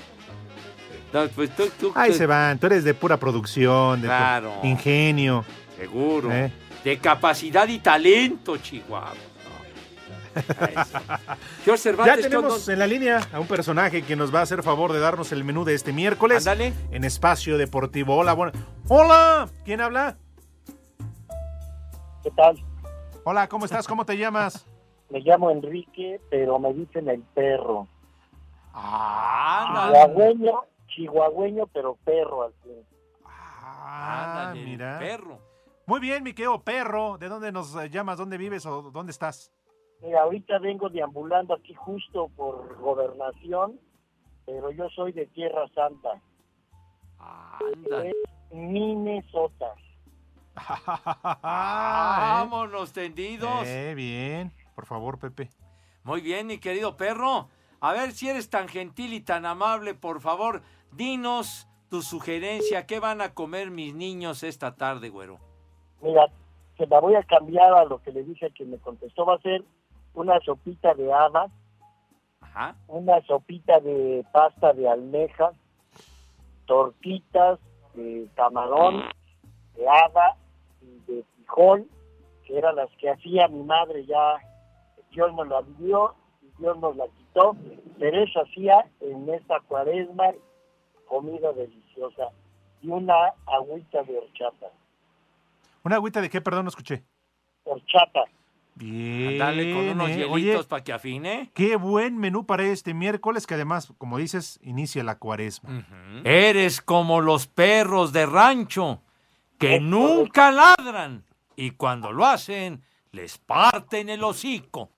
Speaker 4: No, pues tú, tú-
Speaker 3: Ahí
Speaker 4: tú-
Speaker 3: se van, tú eres de pura producción, de pu-
Speaker 4: Claro.
Speaker 3: ingenio.
Speaker 4: Seguro.
Speaker 3: ¿Eh?
Speaker 4: De capacidad y talento, Chihuahua. No. Eso. George Cervantes,
Speaker 3: Ya
Speaker 4: ¿qué
Speaker 3: tenemos
Speaker 4: onda?
Speaker 3: en la línea a un personaje que nos va a hacer favor de darnos el menú de este miércoles. En Espacio Deportivo. Hola, bueno. Hola, ¿quién habla?
Speaker 23: ¿Qué tal?
Speaker 3: Hola, ¿cómo estás? ¿Cómo te llamas?
Speaker 23: Me llamo Enrique, pero me dicen el perro.
Speaker 4: Ah,
Speaker 23: Chihuahueño, chihuahueño, pero perro al fin.
Speaker 3: Ah, mira. Perro. Muy bien, mi querido perro. ¿De dónde nos eh, llamas? ¿Dónde vives o dónde estás?
Speaker 23: Mira, ahorita vengo deambulando aquí justo por gobernación, pero yo soy de Tierra Santa. Es Minnesota.
Speaker 4: Ah, Vámonos tendidos.
Speaker 3: Ah, Eh, bien. Por favor, Pepe.
Speaker 4: Muy bien, mi querido perro. A ver si eres tan gentil y tan amable, por favor, dinos tu sugerencia. ¿Qué van a comer mis niños esta tarde, güero?
Speaker 23: Mira, se la voy a cambiar a lo que le dije que me contestó. Va a ser una sopita de habas,
Speaker 4: Ajá.
Speaker 23: una sopita de pasta de almeja, tortitas de camarón, de haba y de frijol, que eran las que hacía mi madre ya. Dios nos la dio y Dios nos la quitó, pero eso hacía en esta cuaresma comida deliciosa y una agüita de horchata.
Speaker 3: ¿Una agüita de qué? Perdón, no escuché.
Speaker 23: Horchata.
Speaker 3: Bien.
Speaker 4: Dale con unos
Speaker 3: eh.
Speaker 4: hielitos
Speaker 3: Oye,
Speaker 4: para que afine.
Speaker 3: Qué buen menú para este miércoles, que además, como dices, inicia la
Speaker 4: Mm,
Speaker 3: cuaresma.
Speaker 4: Eres como los perros de rancho
Speaker 3: Oh,
Speaker 4: que nunca ladran y cuando lo hacen les parten el hocico.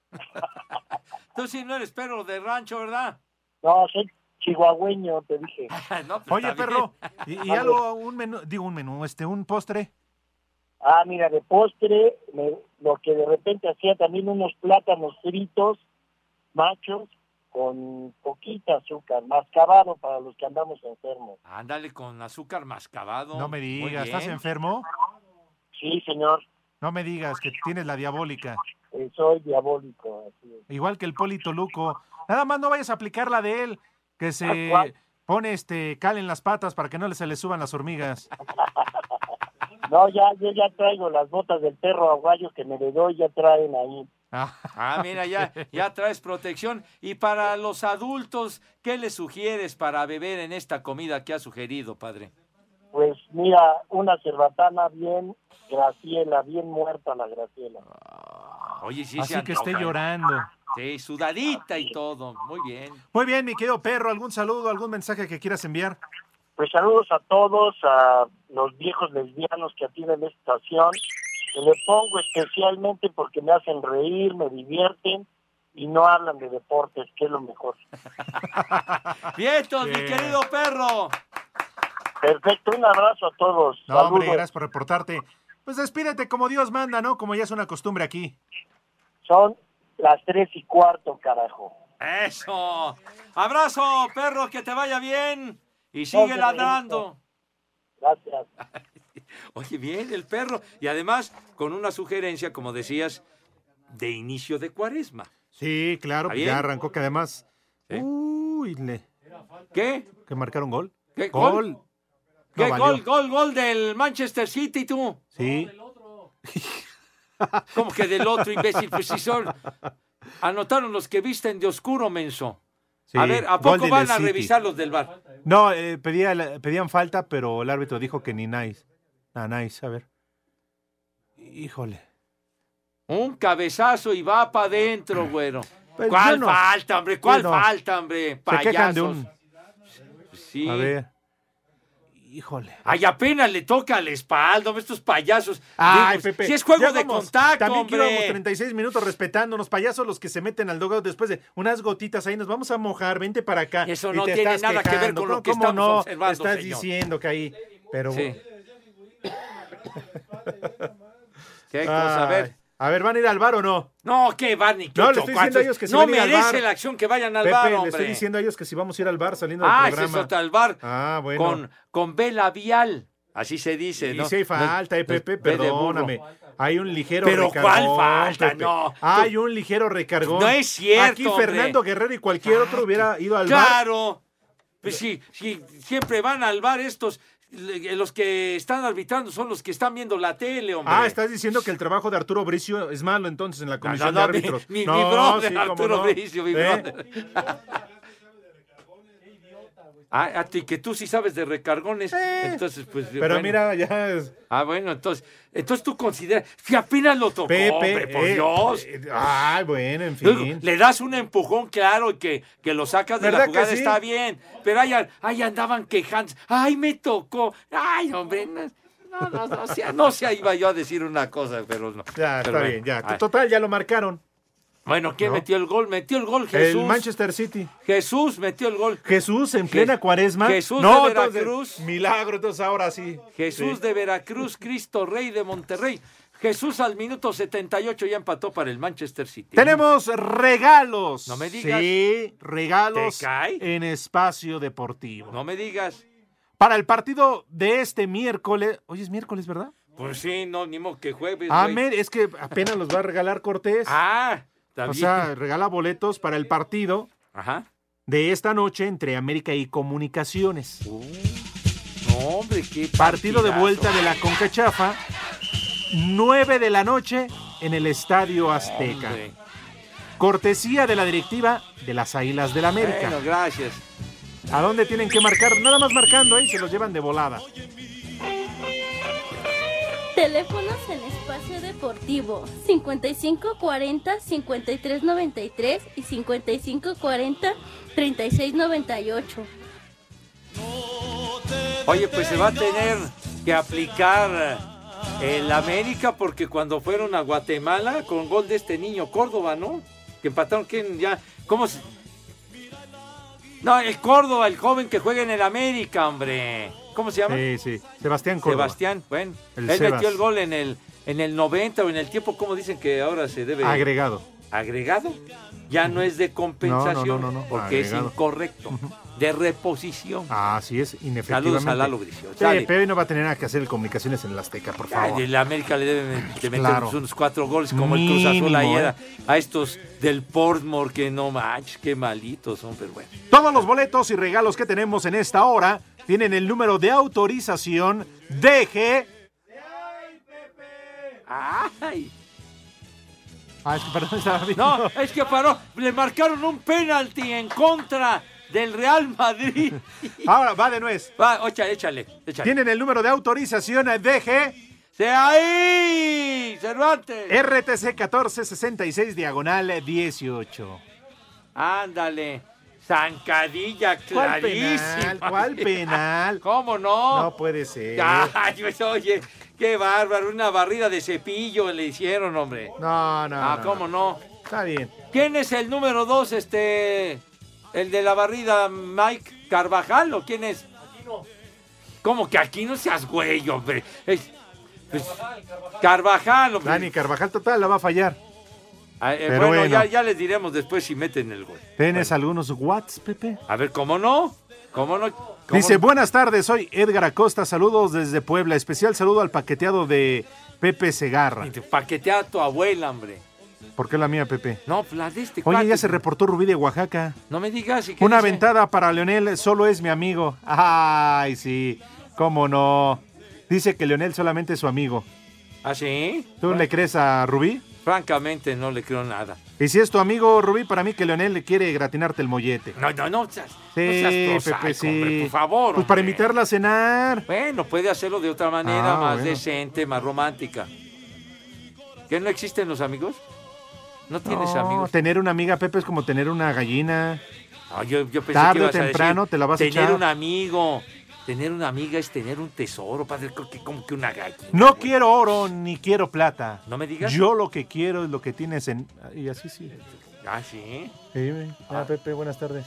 Speaker 4: Tú sí no eres perro de rancho, ¿verdad?
Speaker 23: No, soy chihuahueño, te dije.
Speaker 4: No, pues
Speaker 3: Oye,
Speaker 4: está bien.
Speaker 3: perro, y, y algo, un menú, digo un menú, este, un postre.
Speaker 23: Ah, mira, de postre, me- lo que de repente hacía también unos plátanos fritos, machos, con poquita azúcar, mascabado para los que andamos enfermos.
Speaker 4: Ándale con azúcar mascabado.
Speaker 3: No me
Speaker 4: Muy
Speaker 3: digas, ¿estás
Speaker 4: bien.
Speaker 3: enfermo?
Speaker 23: Sí, señor.
Speaker 3: No me digas que tienes la diabólica.
Speaker 23: Eh, soy diabólico. así es.
Speaker 3: Igual que el Polito Luco. Nada más no vayas a aplicar la de él, que se pone este cal en las patas para que no se le suban las hormigas.
Speaker 23: No, ya, yo ya traigo las botas del perro aguayo que me le doy, ya traen ahí.
Speaker 4: Ah, mira, ya, ya traes protección. Y para los adultos, ¿qué les sugieres para beber en esta comida que ha sugerido, padre?
Speaker 23: Pues mira, una cerbatana bien, Graciela, bien muerta la Graciela.
Speaker 4: Oye, sí,
Speaker 3: Así
Speaker 4: se
Speaker 3: que esté
Speaker 4: antoja.
Speaker 3: llorando.
Speaker 4: Sí, sudadita y todo. Muy bien.
Speaker 3: Muy bien, mi querido perro, ¿algún saludo, algún mensaje que quieras enviar?
Speaker 23: Pues saludos a todos, a los viejos lesbianos que atienden esta estación. Que le pongo especialmente porque me hacen reír, me divierten y no hablan de deportes, que es lo mejor.
Speaker 4: Vientos, mi
Speaker 3: Bien.
Speaker 4: querido perro.
Speaker 23: Perfecto, un abrazo a todos.
Speaker 3: No,
Speaker 23: saludos.
Speaker 3: hombre, gracias por reportarte. Pues despídete como Dios manda, ¿no? Como ya es una costumbre aquí.
Speaker 23: Son las tres y cuarto, carajo.
Speaker 4: Eso. Abrazo, perro, que te vaya bien. Y sigue
Speaker 23: Gracias,
Speaker 4: ladrando.
Speaker 23: Gracias.
Speaker 4: Oye, bien, el perro. Y además, con una sugerencia, como decías, de inicio de cuaresma.
Speaker 3: Sí, claro,
Speaker 4: ¿Está
Speaker 3: pues
Speaker 4: bien?
Speaker 3: ya arrancó que además. Uy, le.
Speaker 4: ¿Qué?
Speaker 3: Que marcaron gol.
Speaker 4: ¿Qué
Speaker 3: gol?
Speaker 4: gol? ¿Qué
Speaker 3: valió.
Speaker 4: gol, gol, gol del Manchester City, tú?
Speaker 3: Sí.
Speaker 4: Como que del otro imbécil? Pues sí son. Anotaron los que visten de oscuro, menso.
Speaker 3: Sí,
Speaker 4: a ver, ¿a
Speaker 3: gol
Speaker 4: poco
Speaker 3: del
Speaker 4: van a
Speaker 3: City.
Speaker 4: revisar los del bar?
Speaker 3: No, eh, pedía la- pedían falta, pero el árbitro dijo que ni nice. Ah, nice, a ver. Híjole.
Speaker 4: Un cabezazo y va para adentro, güero.
Speaker 3: Pues
Speaker 4: ¿Cuál
Speaker 3: yo no-
Speaker 4: falta, hombre? ¿Cuál
Speaker 3: yo no.
Speaker 4: falta, hombre?
Speaker 3: Se quejan de
Speaker 4: Payasos.
Speaker 3: un.
Speaker 4: Sí.
Speaker 3: A ver. Híjole.
Speaker 4: Ay, apenas le toca la espalda, hombre, estos payasos.
Speaker 3: Ay,
Speaker 4: Digo, pues,
Speaker 3: Pepe.
Speaker 4: Si es juego
Speaker 3: ya
Speaker 4: de
Speaker 3: vamos,
Speaker 4: contacto,
Speaker 3: También que íbamos
Speaker 4: hombre.
Speaker 3: 36 minutos respetándonos. Payasos los que se meten al dogout después de unas gotitas ahí. Nos vamos a mojar, vente para acá.
Speaker 4: Eso
Speaker 3: y
Speaker 4: no
Speaker 3: te
Speaker 4: tiene
Speaker 3: estás
Speaker 4: nada que ver
Speaker 3: quejando.
Speaker 4: con lo
Speaker 3: ¿Cómo-
Speaker 4: que
Speaker 3: cómo
Speaker 4: estamos
Speaker 3: no?
Speaker 4: observando,
Speaker 3: Estás
Speaker 4: señor.
Speaker 3: diciendo que ahí. Pero
Speaker 4: Sí. Qué cosa, a
Speaker 3: Ay.
Speaker 4: ver.
Speaker 3: A ver, ¿van a ir al bar o no?
Speaker 4: No, qué van ni qué
Speaker 3: No, le estoy
Speaker 4: chocuates.
Speaker 3: diciendo a ellos que si
Speaker 4: No
Speaker 3: van a ir al
Speaker 4: merece
Speaker 3: bar.
Speaker 4: la acción que vayan al
Speaker 3: Pepe,
Speaker 4: bar,
Speaker 3: le estoy
Speaker 4: hombre.
Speaker 3: diciendo a ellos que si vamos a ir al bar saliendo
Speaker 4: Ah,
Speaker 3: del
Speaker 4: ese es
Speaker 3: programa.
Speaker 4: otro al bar.
Speaker 3: Ah, bueno.
Speaker 4: Con, con B labial. Así se dice,
Speaker 3: Y
Speaker 4: ¿no?
Speaker 3: si hay falta, eh,
Speaker 4: No es-
Speaker 3: Pepe,
Speaker 4: no es B de burro.
Speaker 3: perdóname. Hay un ligero
Speaker 4: Pero
Speaker 3: recargón.
Speaker 4: ¿cuál falta?
Speaker 3: Pepe.
Speaker 4: No.
Speaker 3: Hay un ligero recargón.
Speaker 4: No es cierto,
Speaker 3: Aquí
Speaker 4: hombre. Ah,
Speaker 3: Fernando Guerrero y cualquier otro hubiera ido al bar.
Speaker 4: Claro. Pues sí, sí, siempre van al bar estos. le- eh, Los que están arbitrando son los que están viendo la tele, hombre.
Speaker 3: Ah, estás diciendo que el trabajo de Arturo Bricio es malo entonces en la comisión
Speaker 4: no,
Speaker 3: de
Speaker 4: mi-
Speaker 3: árbitros.
Speaker 4: mi- mi
Speaker 3: no,
Speaker 4: brother,
Speaker 3: sí, cómo
Speaker 4: Arturo
Speaker 3: no.
Speaker 4: Bricio, mi
Speaker 3: ¿Eh?
Speaker 4: brother. Ah, a ti que tú sí sabes de recargones. Entonces, pues.
Speaker 3: Eh. Pero
Speaker 4: bueno.
Speaker 3: mira, ya es-
Speaker 4: Ah, bueno, entonces. Entonces tú consideras. Si apenas lo tocó,
Speaker 3: Pepe,
Speaker 4: hombre, por
Speaker 3: eh,
Speaker 4: Dios.
Speaker 3: eh, ay, bueno, en
Speaker 4: Luego,
Speaker 3: fin.
Speaker 4: Le das un empujón, claro, y que, que lo sacas de la
Speaker 3: ¿Verdad que
Speaker 4: jugada,
Speaker 3: sí?
Speaker 4: está bien. Pero ahí, ahí andaban quejándose. Ay, me tocó. Ay, hombre. No, no, no, no sea, no sea, iba yo a decir una cosa, pero no.
Speaker 3: Ya,
Speaker 4: Pero
Speaker 3: está
Speaker 4: bueno,
Speaker 3: bien, ya.
Speaker 4: ay.
Speaker 3: Total, ya lo marcaron.
Speaker 4: Bueno, ¿quién
Speaker 3: No.
Speaker 4: metió el gol? Metió el gol Jesús.
Speaker 3: El Manchester City.
Speaker 4: Jesús metió el gol.
Speaker 3: Jesús en plena
Speaker 4: Je-
Speaker 3: cuaresma.
Speaker 4: Jesús
Speaker 3: no,
Speaker 4: de
Speaker 3: entonces,
Speaker 4: Veracruz.
Speaker 3: milagro, entonces ahora sí.
Speaker 4: Jesús
Speaker 3: Sí.
Speaker 4: de Veracruz, Cristo Rey de Monterrey. Jesús al minuto 78 ya empató para el Manchester City.
Speaker 3: Tenemos regalos.
Speaker 4: No me digas.
Speaker 3: Sí, regalos
Speaker 4: ¿Te cae?
Speaker 3: en espacio deportivo.
Speaker 4: No me digas.
Speaker 3: Para el partido de este miércoles. Hoy es miércoles, ¿verdad?
Speaker 4: Pues sí, no, ni modo que jueves.
Speaker 3: Ah,
Speaker 4: güey.
Speaker 3: men, es que apenas los va a regalar Cortés.
Speaker 4: Ah, está
Speaker 3: o
Speaker 4: bien.
Speaker 3: sea, regala boletos para el partido
Speaker 4: Ajá.
Speaker 3: de esta noche entre América y Comunicaciones.
Speaker 4: No, hombre, qué
Speaker 3: Partido de
Speaker 4: partidazo.
Speaker 3: vuelta de la Concachafa, 9 de la noche en el Estadio Azteca.
Speaker 4: Hombre.
Speaker 3: Cortesía de la directiva de las Águilas del América.
Speaker 4: Bueno, gracias.
Speaker 3: ¿A dónde tienen que marcar? Nada más marcando ahí, se los llevan de volada.
Speaker 15: Teléfonos en espacio deportivo 5540 5393 y 5540 3698.
Speaker 4: Oye, pues se va a tener que aplicar eh, el América porque cuando fueron a Guatemala con gol de este niño Córdoba, ¿no? Que empataron, ¿quién ya? ¿Cómo se...? No, el Córdoba, el joven que juega en el América, hombre. ¿Cómo se llama?
Speaker 3: Sí, sí. Sebastián Córdoba.
Speaker 4: Sebastián, bueno.
Speaker 3: El
Speaker 4: él
Speaker 3: Sebas.
Speaker 4: metió el gol en el, en el 90 o en el tiempo, ¿cómo dicen que ahora se debe...?
Speaker 3: Agregado.
Speaker 4: agregado. Ya no es de compensación
Speaker 3: No, no, no, no, no.
Speaker 4: porque
Speaker 3: Agregado. Ah,
Speaker 4: es incorrecto. De reposición.
Speaker 3: Así es, inefectivamente.
Speaker 4: Saludos a Lalo Bricio.
Speaker 3: Sí,
Speaker 4: Sale.
Speaker 3: pero hoy no va a tener nada que hacer el comunicaciones en el Azteca, por favor.
Speaker 4: Ay, el América le debe de meter
Speaker 3: Claro.
Speaker 4: unos cuatro goles como el Cruz Azul
Speaker 3: Mínimo,
Speaker 4: ayer
Speaker 3: ¿eh?
Speaker 4: a- a estos del Portmore que no manches, qué malitos son, pero bueno.
Speaker 3: Todos los boletos y regalos que tenemos en esta hora tienen el número de autorización DG
Speaker 4: Ay,
Speaker 3: Ah, es que perdón, estaba viendo.
Speaker 4: No, es que paró. Le marcaron un penalti en contra del Real Madrid.
Speaker 3: Ahora va de nuez.
Speaker 4: Va, ocha, échale, échale.
Speaker 3: Tienen el número de autorización DG.
Speaker 4: ¡De ahí! ¡Cervantes!
Speaker 3: RTC 1466 diagonal 18.
Speaker 4: Ándale. Zancadilla
Speaker 3: ¿Cuál
Speaker 4: clarísima.
Speaker 3: penal? ¿Cuál penal?
Speaker 4: ¿Cómo no?
Speaker 3: No puede ser.
Speaker 4: Ay, pues, oye, qué bárbaro. Una barrida de cepillo le hicieron, hombre.
Speaker 3: No, no.
Speaker 4: ah,
Speaker 3: no,
Speaker 4: ¿cómo no?
Speaker 3: no. Está bien.
Speaker 4: ¿Quién es el número dos, este, el de la barrida, Mike Carvajal o quién es? ¿Cómo que aquí no seas güey, hombre? Es- es- Carvajal, hombre.
Speaker 3: Dani Carvajal total la va a fallar.
Speaker 4: Ah, eh,
Speaker 3: pero
Speaker 4: bueno, Ya,
Speaker 3: bueno.
Speaker 4: ya les diremos después si meten el gol.
Speaker 3: ¿Tienes algunos watts, Pepe?
Speaker 4: A ver, ¿cómo no? ¿Cómo no? ¿Cómo
Speaker 3: Dice,
Speaker 4: no?
Speaker 3: buenas tardes, soy Edgar Acosta, saludos desde Puebla, especial saludo al paqueteado de Pepe Segarra.
Speaker 4: Y te Paquetea a tu abuela, hombre.
Speaker 3: ¿Por qué la mía, Pepe?
Speaker 4: No, pues la de este
Speaker 3: Oye,
Speaker 4: cuate.
Speaker 3: ya se reportó Rubí de Oaxaca.
Speaker 4: No me digas. ¿y qué
Speaker 3: Una
Speaker 4: dice?
Speaker 3: ventada para Leonel, solo es mi amigo. Ay, sí, cómo no. Dice que Leonel solamente es su amigo.
Speaker 4: ¿Ah, sí?
Speaker 3: ¿Tú le crees a Rubí?
Speaker 4: Francamente, no le creo nada.
Speaker 3: Y si es tu amigo Rubí, para mí que Leonel le quiere gratinarte el mollete.
Speaker 4: No, no, no seas, no
Speaker 3: Sí,
Speaker 4: seas prosaico,
Speaker 3: Pepe, sí.
Speaker 4: hombre, por favor.
Speaker 3: Pues para
Speaker 4: hombre.
Speaker 3: invitarla a cenar.
Speaker 4: Bueno, puede hacerlo de otra manera,
Speaker 3: Ah,
Speaker 4: más
Speaker 3: bueno.
Speaker 4: decente, más romántica. ¿Que no existen los amigos? ¿No tienes
Speaker 3: No,
Speaker 4: amigos?
Speaker 3: Tener una amiga, Pepe, es como tener una gallina.
Speaker 4: Ah, yo, yo pensé
Speaker 3: Tarde
Speaker 4: que
Speaker 3: o
Speaker 4: ibas a
Speaker 3: temprano
Speaker 4: decir,
Speaker 3: te la vas a
Speaker 4: tener
Speaker 3: echar".
Speaker 4: un amigo, tener una amiga es tener un tesoro, padre, co- que- como que una gallina.
Speaker 3: No quiero oro ni quiero plata.
Speaker 4: No me digas.
Speaker 3: Yo lo que quiero es lo que tienes en. Y así sí.
Speaker 4: Ah, sí.
Speaker 3: Sí, güey. Ah, Pepe, buenas tardes.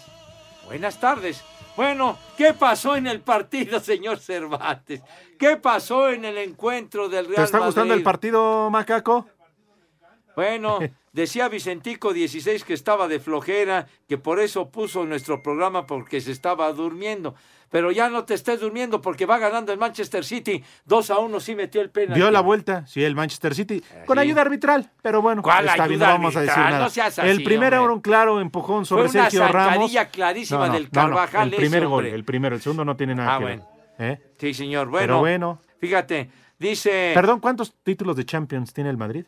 Speaker 4: Buenas tardes. Bueno, ¿qué pasó en el partido, señor Cervantes? ¿Qué pasó en el encuentro del Real
Speaker 3: ¿Te está gustando el
Speaker 4: Madrid?
Speaker 3: partido, macaco?
Speaker 4: Bueno, decía Vicentico 16 que estaba de flojera, que por eso puso nuestro programa porque se estaba durmiendo. Pero ya no te estés durmiendo porque va ganando el Manchester City. 2 a 1 sí metió el penalti.
Speaker 3: Dio la vuelta, sí, el Manchester City. Con
Speaker 4: Eh, sí.
Speaker 3: ayuda arbitral, pero bueno.
Speaker 4: ¿Cuál ayuda
Speaker 3: bien, no vamos a decir
Speaker 4: arbitral?
Speaker 3: nada.
Speaker 4: No seas así,
Speaker 3: el primero
Speaker 4: hombre.
Speaker 3: era un claro empujón sobre
Speaker 4: Fue una
Speaker 3: Sergio Ramos.
Speaker 4: zancadilla clarísima
Speaker 3: No, no,
Speaker 4: del
Speaker 3: no, no,
Speaker 4: Carvajal
Speaker 3: el
Speaker 4: ese,
Speaker 3: primer gol,
Speaker 4: hombre.
Speaker 3: el primero, el segundo no tiene nada
Speaker 4: Ah,
Speaker 3: que
Speaker 4: bueno.
Speaker 3: ver. ¿eh?
Speaker 4: Sí, señor. Bueno, eh.
Speaker 3: Pero bueno.
Speaker 4: fíjate, dice...
Speaker 3: Perdón, ¿cuántos títulos de Champions tiene el Madrid?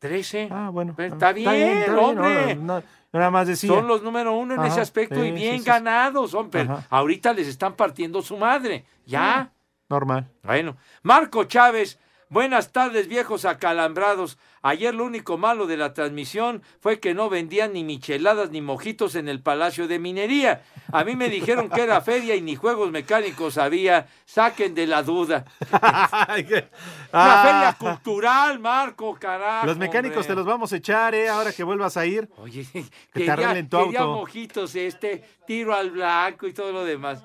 Speaker 4: 13.
Speaker 3: Ah, bueno.
Speaker 4: Pero
Speaker 3: Ah,
Speaker 4: está bien,
Speaker 3: está
Speaker 4: hombre.
Speaker 3: no, no, nada más decía.
Speaker 4: Son los número uno en
Speaker 3: Ajá,
Speaker 4: ese aspecto y
Speaker 3: sí,
Speaker 4: bien
Speaker 3: sí, sí.
Speaker 4: ganados, hombre.
Speaker 3: Ajá.
Speaker 4: Ahorita les están partiendo su madre. Ya.
Speaker 3: Normal.
Speaker 4: Bueno, Marco Chávez, buenas tardes viejos acalambrados. Ayer lo único malo de la transmisión fue que no vendían ni micheladas ni mojitos en el Palacio de Minería. A mí me dijeron que era feria y ni juegos mecánicos había. Saquen de la duda. Una feria cultural, Marco, carajo.
Speaker 3: Ah. Los mecánicos te los vamos a echar, ¿eh? Ahora que vuelvas a ir.
Speaker 4: Oye,
Speaker 3: te arreglen tu
Speaker 4: quería
Speaker 3: auto.
Speaker 4: mojitos este, tiro al blanco y todo lo demás.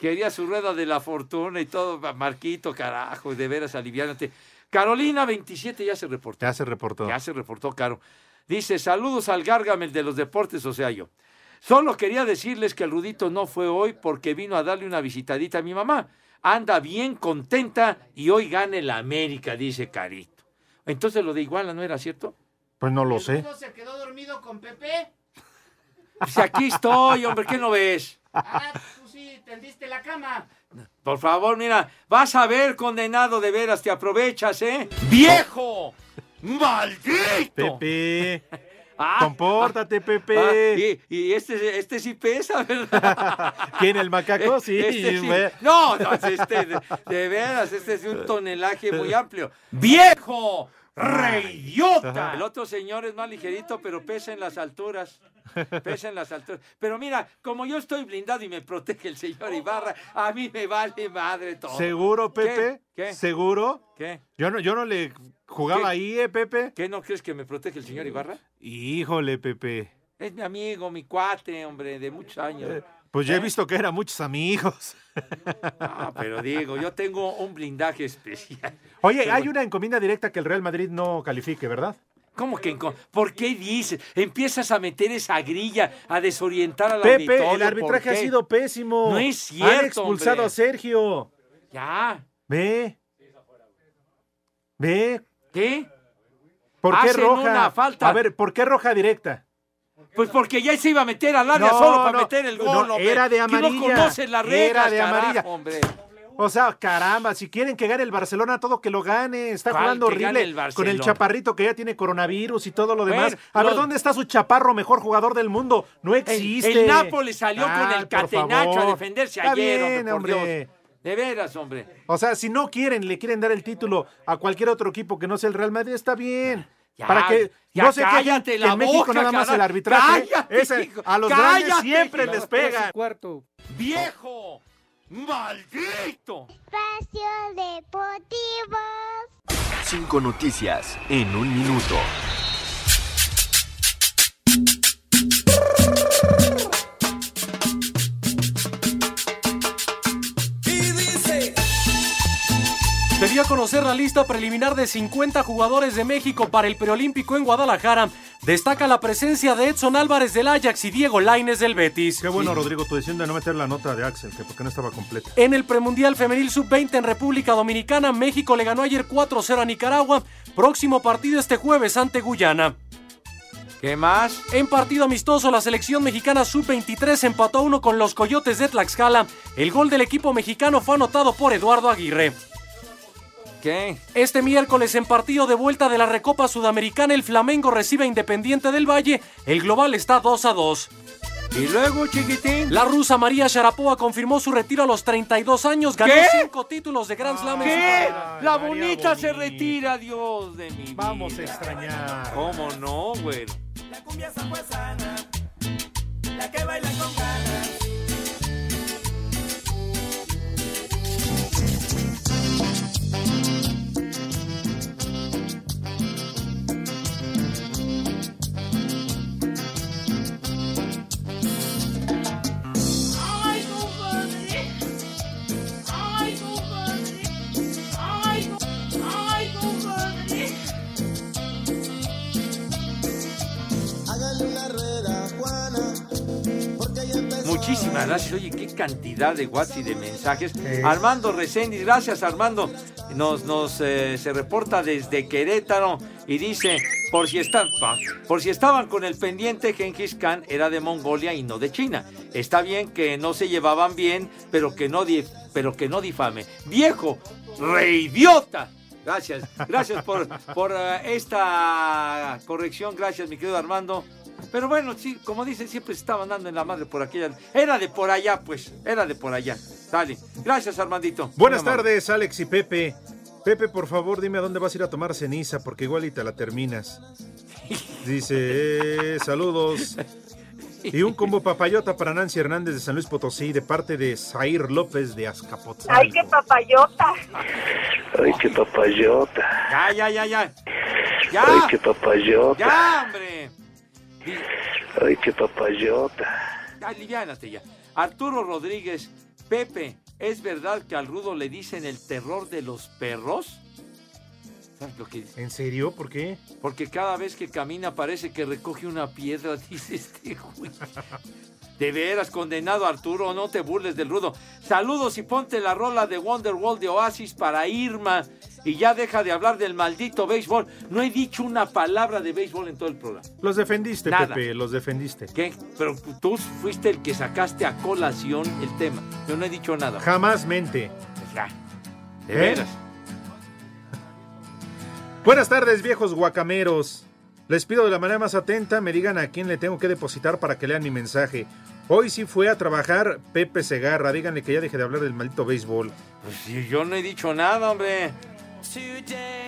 Speaker 4: Quería su rueda de la fortuna y todo, Marquito, carajo, de veras, aliviánate. Carolina 27 ya se reportó.
Speaker 3: Ya se reportó.
Speaker 4: Ya se reportó, Caro. Dice, saludos al Gargamel de los deportes, o sea, yo. Solo quería decirles que el Rudito no fue hoy porque vino a darle una visitadita a mi mamá. Anda bien contenta y hoy gana el América, dice Carito. Entonces lo de Iguala no era cierto.
Speaker 3: Pues no lo sé.
Speaker 24: se quedó dormido con Pepe?
Speaker 4: Pues aquí estoy, hombre, ¿qué no ves?
Speaker 24: Ah, tú sí, tendiste la cama.
Speaker 4: Por favor, mira, vas a ver, condenado, de veras, te aprovechas, ¿eh? ¡Viejo! ¡Maldito!
Speaker 3: Pepe,
Speaker 4: Ah,
Speaker 3: compórtate,
Speaker 4: ah,
Speaker 3: Pepe.
Speaker 4: y y este, este sí pesa, ¿verdad?
Speaker 3: ¿Quién, el macaco? Sí.
Speaker 4: Este sí.
Speaker 3: güey.
Speaker 4: No, no, este, de, de veras, este es de un tonelaje muy amplio. ¡Viejo! ¡Reyota! El otro señor es más ligerito, pero pesa en las alturas. Pesa en las alturas. Pero mira, como yo estoy blindado y me protege el señor Ibarra, a mí me vale madre
Speaker 3: Ah,
Speaker 4: todo.
Speaker 3: ¿Seguro, Pepe?
Speaker 4: ¿Qué? ¿Qué?
Speaker 3: ¿Seguro?
Speaker 4: ¿Qué?
Speaker 3: Yo no, yo no le jugaba
Speaker 4: ¿Qué?
Speaker 3: ahí, ¿eh, Pepe?
Speaker 4: ¿Qué no crees que me protege el señor Ibarra?
Speaker 3: Híjole, Pepe.
Speaker 4: Es mi amigo, mi cuate, hombre, de muchos años.
Speaker 3: Pues yo he
Speaker 4: ¿Eh?
Speaker 3: visto que eran muchos amigos.
Speaker 4: Ah, pero digo, yo tengo un blindaje especial.
Speaker 3: Oye,
Speaker 4: Pero
Speaker 3: hay
Speaker 4: bueno.
Speaker 3: una encomienda directa que el Real Madrid no califique, ¿verdad?
Speaker 4: ¿Cómo que? enco- ¿Por qué dices? Empiezas a meter esa grilla, a desorientar al
Speaker 3: Pepe,
Speaker 4: auditorio,
Speaker 3: el
Speaker 4: ¿por
Speaker 3: arbitraje ha
Speaker 4: qué?
Speaker 3: sido pésimo.
Speaker 4: No es
Speaker 3: Han
Speaker 4: cierto,
Speaker 3: expulsado
Speaker 4: hombre.
Speaker 3: a Sergio.
Speaker 4: Ya,
Speaker 3: Ve. Ve.
Speaker 4: ¿qué?
Speaker 3: ¿Por qué
Speaker 4: Hacen
Speaker 3: roja?
Speaker 4: una falta.
Speaker 3: A ver, ¿por qué roja directa?
Speaker 4: Pues porque ya se iba a meter al área
Speaker 3: No,
Speaker 4: solo para
Speaker 3: no,
Speaker 4: meter el
Speaker 3: no,
Speaker 4: gol, hombre.
Speaker 3: era de
Speaker 4: Que
Speaker 3: amarilla.
Speaker 4: no conoces las reglas,
Speaker 3: Era de
Speaker 4: carajo,
Speaker 3: amarilla.
Speaker 4: hombre.
Speaker 3: O sea, caramba, si quieren que gane el Barcelona, todo que lo gane. Está
Speaker 4: ¿Cuál
Speaker 3: jugando
Speaker 4: que gane
Speaker 3: horrible
Speaker 4: el Barcelona?
Speaker 3: con el chaparrito que ya tiene coronavirus y todo lo demás.
Speaker 4: Bueno,
Speaker 3: a ver,
Speaker 4: lo-
Speaker 3: ¿dónde está su chaparro mejor jugador del mundo? No existe.
Speaker 4: El Nápoles salió con
Speaker 3: Ay,
Speaker 4: el
Speaker 3: Ah, por
Speaker 4: catenacho a
Speaker 3: favor.
Speaker 4: defenderse
Speaker 3: Está
Speaker 4: ayer,
Speaker 3: bien,
Speaker 4: hombre, por
Speaker 3: hombre.
Speaker 4: Dios. De veras, hombre.
Speaker 3: O sea, si no quieren, le quieren dar el título a cualquier otro equipo que no sea el Real Madrid, está bien.
Speaker 4: Ya,
Speaker 3: Para que
Speaker 4: ya
Speaker 3: no se quejen
Speaker 4: cállate
Speaker 3: que
Speaker 4: la
Speaker 3: en México
Speaker 4: boca,
Speaker 3: nada más
Speaker 4: caray.
Speaker 3: el arbitraje.
Speaker 4: Cállate,
Speaker 3: es el-
Speaker 4: hijo,
Speaker 3: a los grandes
Speaker 4: cállate.
Speaker 3: siempre
Speaker 4: Los
Speaker 3: les
Speaker 4: tres y
Speaker 3: pega.
Speaker 4: Cuarto. ¡Viejo! ¡Maldito!
Speaker 10: Espacio Deportivo.
Speaker 1: Cinco noticias en un minuto.
Speaker 11: Se dio a conocer la lista preliminar de 50 jugadores de México para el preolímpico en Guadalajara. Destaca la presencia de Edson Álvarez del Ajax y Diego Laines del Betis. Qué
Speaker 3: Bueno, Rodrigo, tu decisión de no meter la nota de Axel, que porque no estaba completa.
Speaker 11: En el premundial femenil sub-20 en República Dominicana, México le ganó ayer 4-0 a Nicaragua. Próximo partido este jueves ante Guyana.
Speaker 4: ¿Qué más?
Speaker 11: En partido amistoso, la selección mexicana sub-23 empató a uno con los Coyotes de Tlaxcala. El gol del equipo mexicano fue anotado por Eduardo Aguirre.
Speaker 4: ¿Qué?
Speaker 11: Este miércoles, en partido de vuelta de la Recopa Sudamericana, el Flamengo recibe a Independiente del Valle. El global está 2 a 2.
Speaker 4: Y luego, chiquitín.
Speaker 11: La rusa María Sharapova confirmó su retiro a los 32 años. Ganó
Speaker 4: ¿Qué?
Speaker 11: cinco títulos de Grand Slam en su
Speaker 4: ¿Qué?
Speaker 11: carrera.
Speaker 4: La bonita se retira, Dios de mi Vamos a
Speaker 3: extrañar.
Speaker 4: ¿Cómo no, güey?
Speaker 2: Ay, no mames. Ay, no mames. Ay, no, ay, no mames.
Speaker 5: Hágale una rueda, Juana, porque ya empezó.
Speaker 4: Muchísimas gracias. Oye, qué cantidad de WhatsApp y de mensajes. Armando Reséndiz, gracias Armando. Nos, nos eh, se reporta desde Querétaro y dice, por si, están, pa- por si estaban con el pendiente, Genghis Khan era de Mongolia y no de China. Está bien que no se llevaban bien, pero que no, di- pero que no difame. Viejo, reidiota. Gracias, gracias por, por eh, esta corrección, gracias mi querido Armando. Pero bueno, sí, como dicen, siempre se estaban dando en la madre por aquella. Era de por allá, pues, era de por allá. Dale, gracias Armandito.
Speaker 3: Buenas
Speaker 4: Muy amable.
Speaker 3: tardes, Alex y Pepe. Pepe, por favor, dime a dónde vas a ir a tomar ceniza, porque igual y te la terminas. Dice, eh, saludos. Y un combo papayota para Nancy Hernández de San Luis Potosí, de parte de Zair López de Azcapotzalco.
Speaker 2: Ay, qué papayota.
Speaker 5: Ay, qué papayota.
Speaker 4: Ya, ya, ya, ya. Ya,
Speaker 5: Ay, qué papayota.
Speaker 4: ya, hombre.
Speaker 5: Ay, qué papayota.
Speaker 4: Ya, aliviánate ya. Arturo Rodríguez, Pepe, ¿es verdad que al rudo le dicen el terror de los perros? ¿Sabes lo que dice?
Speaker 3: ¿En serio? ¿Por qué?
Speaker 4: Porque cada vez que camina parece que recoge una piedra, dice este güey. De veras, condenado Arturo, no te burles del rudo. Saludos y ponte la rola de Wonderwall de Oasis para Irma. Y ya deja de hablar del maldito béisbol. No he dicho una palabra de béisbol en todo el programa.
Speaker 3: Los defendiste,
Speaker 4: Nada.
Speaker 3: Pepe, los defendiste.
Speaker 4: ¿Qué? Pero tú fuiste el que sacaste a colación el tema. Yo no he dicho nada.
Speaker 3: Jamás mente.
Speaker 4: Ya. De
Speaker 3: ¿Eh?
Speaker 4: veras.
Speaker 3: Buenas tardes, viejos guacameros. Les pido de la manera más atenta me digan a quién le tengo que depositar para que lean mi mensaje. Hoy sí fue a trabajar Pepe Segarra. Díganle que ya deje de hablar del maldito béisbol.
Speaker 4: Pues sí, yo no he dicho nada, hombre.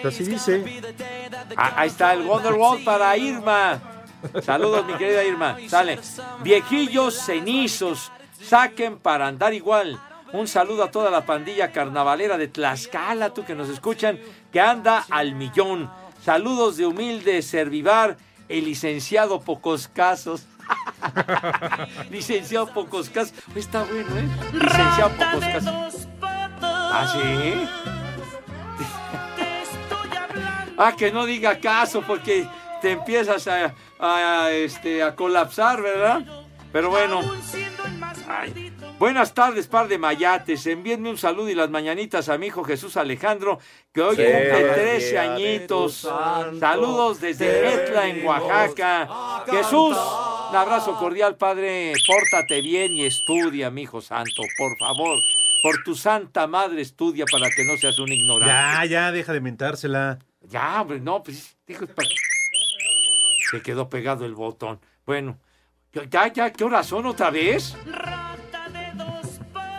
Speaker 3: Así dice.
Speaker 4: Ah, ahí está el Wonderwall para Irma. Saludos, mi querida Irma. Sale. Viejillos cenizos, saquen para andar igual. Un saludo a toda la pandilla carnavalera de Tlaxcala, tú que nos escuchan, que anda al millón. Saludos de humilde Servivar, el licenciado Pocos Casos. licenciado Pocos Casos. Está bueno, ¿eh? Licenciado Pocos Casos. ¿Ah, sí? Ah, que no diga caso porque te empiezas a, a, este, a colapsar, ¿verdad? Pero bueno. Ay. Buenas tardes, par de mayates. Envíenme un saludo y las mañanitas a mi hijo Jesús Alejandro, que hoy
Speaker 6: Sí.
Speaker 4: cumple
Speaker 6: Día
Speaker 4: 13
Speaker 6: de
Speaker 4: añitos.
Speaker 6: tu santo,
Speaker 4: Saludos desde
Speaker 6: te
Speaker 4: Etla, en
Speaker 6: venimos
Speaker 4: Oaxaca. Jesús, un abrazo cordial, padre. Pórtate bien y estudia, mi hijo santo, por favor. Por tu santa madre estudia para que no seas un
Speaker 3: Ya,
Speaker 4: ignorante.
Speaker 3: ya, deja de mentársela.
Speaker 4: Ya, hombre, no, pues dijo, es para- se quedó pegado el botón. Bueno, ya, ya, ¿qué horas son otra vez?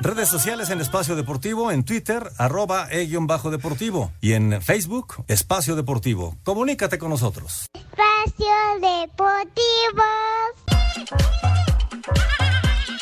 Speaker 9: Redes sociales en Espacio Deportivo, en Twitter, arroba e-deportivo y en Facebook, Espacio Deportivo. Comunícate con nosotros.
Speaker 10: Espacio Deportivo.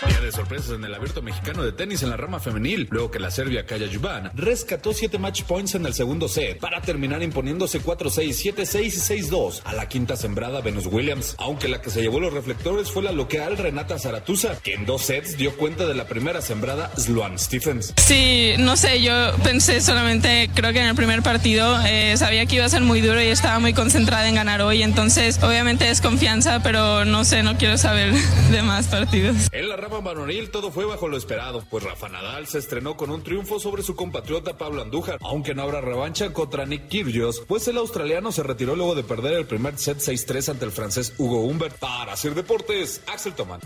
Speaker 21: Día de sorpresas en el abierto mexicano de tenis en la rama femenil, luego que la serbia Kaya Yuban rescató 7 match points en el segundo set para terminar imponiéndose 4-6, 7-6 y 6-2 a la quinta sembrada Venus Williams, aunque la que se llevó los reflectores fue la local Renata Zaratuza, que en dos sets dio cuenta de la primera sembrada Sloan Stephens.
Speaker 6: Sí, no sé, yo pensé solamente, creo que en el primer partido eh, sabía que iba a ser muy duro y estaba muy concentrada en ganar hoy, entonces obviamente es confianza, pero no sé, no quiero saber de más partidos.
Speaker 21: En la rama varonil todo fue bajo lo esperado, pues Rafa Nadal se estrenó con un triunfo sobre su compatriota Pablo Andújar, aunque no habrá revancha contra Nick Kyrgios, pues el australiano se retiró luego de perder el primer set 6-3 ante el francés Hugo Humbert. Para hacer deportes, Axel Toman.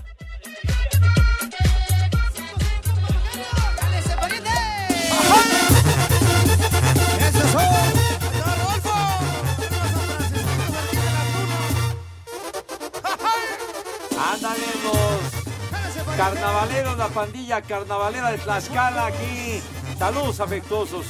Speaker 4: Ándale los carnavaleros, la pandilla carnavalera de Tlaxcala aquí. Saludos afectuosos.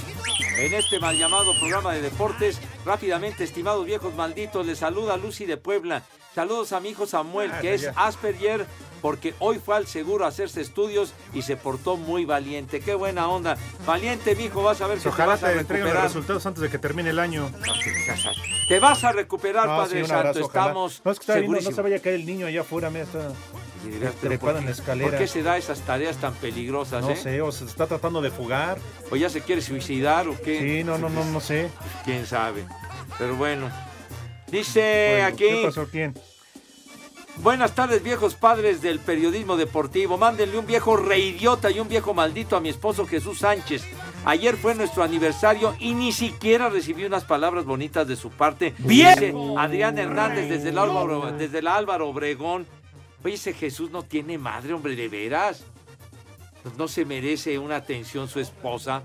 Speaker 4: En este mal llamado programa de deportes, rápidamente, estimados viejos malditos, les saluda Lucy de Puebla. Saludos a mi hijo Samuel,
Speaker 3: Ah,
Speaker 4: que es Asperger, porque hoy fue al seguro a hacerse estudios y se portó muy valiente. Qué buena onda. Valiente, mi hijo, vas a ver si
Speaker 3: Ojalá
Speaker 4: te vas a
Speaker 3: te entreguen los
Speaker 4: recuperar.
Speaker 3: resultados antes de que termine el año.
Speaker 4: Te vas a recuperar,
Speaker 3: No, sí,
Speaker 4: Padre
Speaker 3: un
Speaker 4: Santo.
Speaker 3: abrazo, ojalá.
Speaker 4: Estamos
Speaker 3: No, es que está ahí, no, no
Speaker 4: segurísimos.
Speaker 3: se vaya a caer el niño allá afuera, mira, está
Speaker 4: Y dirás,
Speaker 3: está
Speaker 4: pero
Speaker 3: trepada
Speaker 4: ¿por
Speaker 3: en
Speaker 4: qué-
Speaker 3: la escalera.
Speaker 4: ¿Por qué se da esas tareas tan peligrosas,
Speaker 3: No
Speaker 4: eh?
Speaker 3: sé, o se está tratando de fugar.
Speaker 4: ¿O ya se quiere suicidar o qué?
Speaker 3: Sí, no, no, no, no sé.
Speaker 4: ¿Quién sabe? Pero bueno. Dice
Speaker 3: Bueno,
Speaker 4: Eh, aquí...
Speaker 3: ¿Qué pasó? ¿Quién?
Speaker 4: Buenas tardes, viejos padres del periodismo deportivo. Mándenle un viejo reidiota y un viejo maldito a mi esposo Jesús Sánchez. Ayer fue nuestro aniversario y ni siquiera recibí unas palabras bonitas de su parte.
Speaker 3: Bien.
Speaker 4: Dice Adrián Hernández desde el Álvaro, desde el Álvaro Obregón. Oye, ese Jesús no tiene madre, hombre, de veras. Pues No se merece una atención su esposa.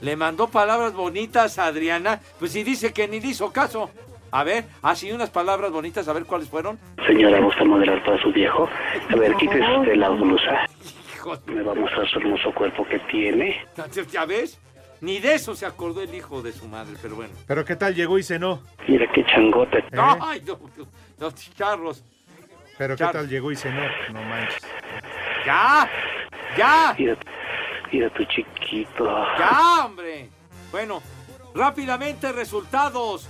Speaker 4: Le mandó palabras bonitas a Adriana. Pues si dice que ni le hizo caso. A ver, así unas palabras bonitas, a ver cuáles fueron.
Speaker 5: Señora, ¿gusta moderar para su viejo? A ver, quítese usted la blusa. Me va a mostrar su hermoso cuerpo que tiene.
Speaker 4: ¿Ya ves? Ni de eso se acordó el hijo de su madre, pero bueno.
Speaker 3: Pero ¿qué tal? Llegó y cenó.
Speaker 5: Mira qué changota.
Speaker 3: ¿Eh?
Speaker 4: ¡Ay, no, no, no, charros!
Speaker 3: Pero ¿qué tal? Llegó y cenó. No manches.
Speaker 4: ¡Ya! ¡Ya!
Speaker 5: Mira, mira tu chiquito.
Speaker 4: ¡Ya, hombre! Bueno, rápidamente resultados.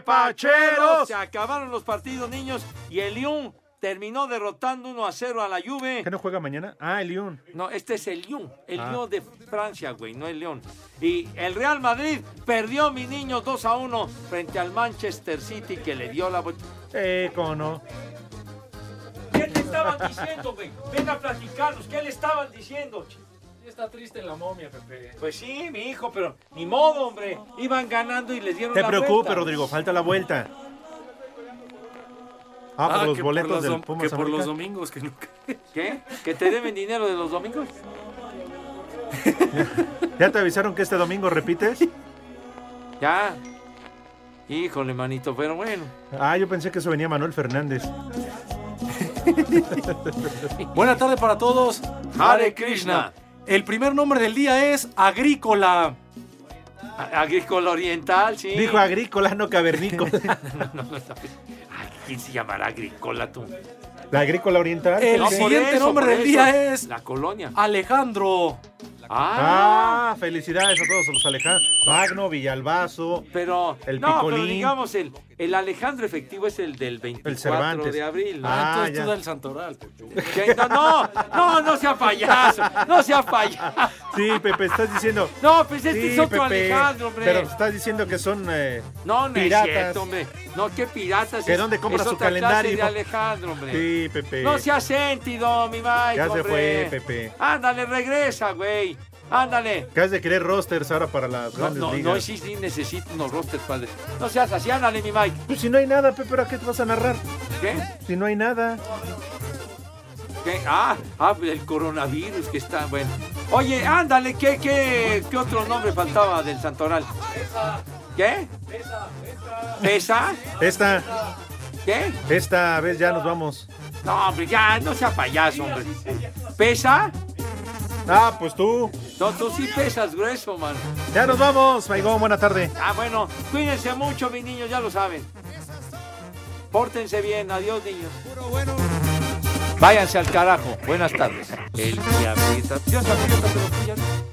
Speaker 3: ¡Tepacheros!
Speaker 4: Se acabaron los partidos, niños, y el Lyon terminó derrotando 1 a 0 a la Juve.
Speaker 3: ¿Qué no juega mañana? Ah, el León.
Speaker 4: No, este es el Lyon, el
Speaker 3: Ah.
Speaker 4: Lyon de Francia, güey, no el León. Y el Real Madrid perdió, mi niño, 2 a 1 frente al Manchester City que le dio la vuelta.
Speaker 3: Eh, cómo no.
Speaker 4: ¿Qué te estaban diciendo, güey? Venga a platicarnos, ¿qué le estaban diciendo? Está triste la momia, Pepe. Pues sí, mi hijo, pero ni modo, hombre. Iban ganando y les dieron
Speaker 3: Te
Speaker 4: la
Speaker 3: preocupes,
Speaker 4: vuelta.
Speaker 3: Rodrigo. Falta la vuelta. Ah, por
Speaker 7: Ah,
Speaker 3: los
Speaker 7: que por
Speaker 3: boletos
Speaker 7: los
Speaker 3: del
Speaker 7: dom-
Speaker 3: Pumas
Speaker 7: que por
Speaker 3: América.
Speaker 7: los domingos que nunca.
Speaker 4: ¿Qué? ¿Que te deben dinero de los domingos?
Speaker 3: ¿Ya te avisaron que este domingo repites?
Speaker 4: Ya. Híjole, manito, pero bueno.
Speaker 3: Ah, yo pensé que eso venía Manuel Fernández.
Speaker 11: Buena tarde para todos.
Speaker 4: Hare Krishna.
Speaker 11: El primer nombre del día es Agrícola.
Speaker 4: A- Agrícola Oriental, sí.
Speaker 3: Dijo agrícola, no cavernícola.
Speaker 4: No, no, no. Ay, ¿Quién se llamará Agrícola, tú?
Speaker 3: La agrícola oriental.
Speaker 11: El
Speaker 4: No, por
Speaker 11: siguiente
Speaker 4: eso,
Speaker 11: nombre
Speaker 4: por
Speaker 11: del
Speaker 4: eso.
Speaker 11: día es
Speaker 4: La colonia.
Speaker 11: Alejandro.
Speaker 3: Ah, felicidades a todos los Alejandro. Magno, Villalbazo.
Speaker 4: Pero.
Speaker 3: El
Speaker 4: no, pero
Speaker 3: picolín.
Speaker 4: digamos, el, el Alejandro efectivo es el del 24
Speaker 3: Cervantes.
Speaker 4: de abril. ¿no?
Speaker 3: Ah, Entonces tú ya. da el
Speaker 11: Santoral.
Speaker 4: ¿Qué? No, no, no, no sea payaso, no sea payaso.
Speaker 3: Sí, Pepe, estás diciendo.
Speaker 4: No, pues este
Speaker 3: Sí,
Speaker 4: es otro
Speaker 3: Pepe,
Speaker 4: Alejandro, hombre.
Speaker 3: Pero estás diciendo que son eh,
Speaker 4: no, no
Speaker 3: piratas.
Speaker 4: es cierto, hombre. No, qué piratas.
Speaker 3: ¿Que
Speaker 4: es-
Speaker 3: dónde compra
Speaker 4: es
Speaker 3: su
Speaker 4: otra clase
Speaker 3: calendario?
Speaker 4: de Alejandro, hombre.
Speaker 3: Sí, Pepe.
Speaker 4: No se ha sentido, mi Mike,
Speaker 3: Ya se
Speaker 4: hombre.
Speaker 3: fue, Pepe.
Speaker 4: Ándale, regresa, güey. Ándale.
Speaker 3: ¿Qué has de querer rosters ahora para las
Speaker 4: No,
Speaker 3: grandes
Speaker 4: no,
Speaker 3: ligas?
Speaker 4: no, sí, sí, necesito unos rosters, padre. No seas así, ándale, mi Mike.
Speaker 3: Pues si no hay nada, Pepe, ¿a qué te vas a narrar?
Speaker 4: ¿Qué?
Speaker 3: Si no hay nada.
Speaker 4: ¿Qué? Ah, ah, el coronavirus que está, bueno. Oye, ándale, ¿qué, qué, qué otro nombre faltaba del Santoral? ¿Qué? ¿Pesa?
Speaker 3: Esta.
Speaker 4: ¿Qué?
Speaker 3: Esta vez ya nos vamos.
Speaker 4: No, hombre, ya, no sea payaso, hombre. ¿Pesa?
Speaker 3: Ah, pues tú.
Speaker 4: No, tú sí pesas grueso, mano.
Speaker 3: Ya nos vamos, Maigón, buena tarde.
Speaker 4: Ah, bueno, cuídense mucho, mis niños, ya lo saben. Pórtense bien, adiós, niños. Váyanse al carajo. Buenas tardes. El diablita. Dios, la puta, pero tú ya no.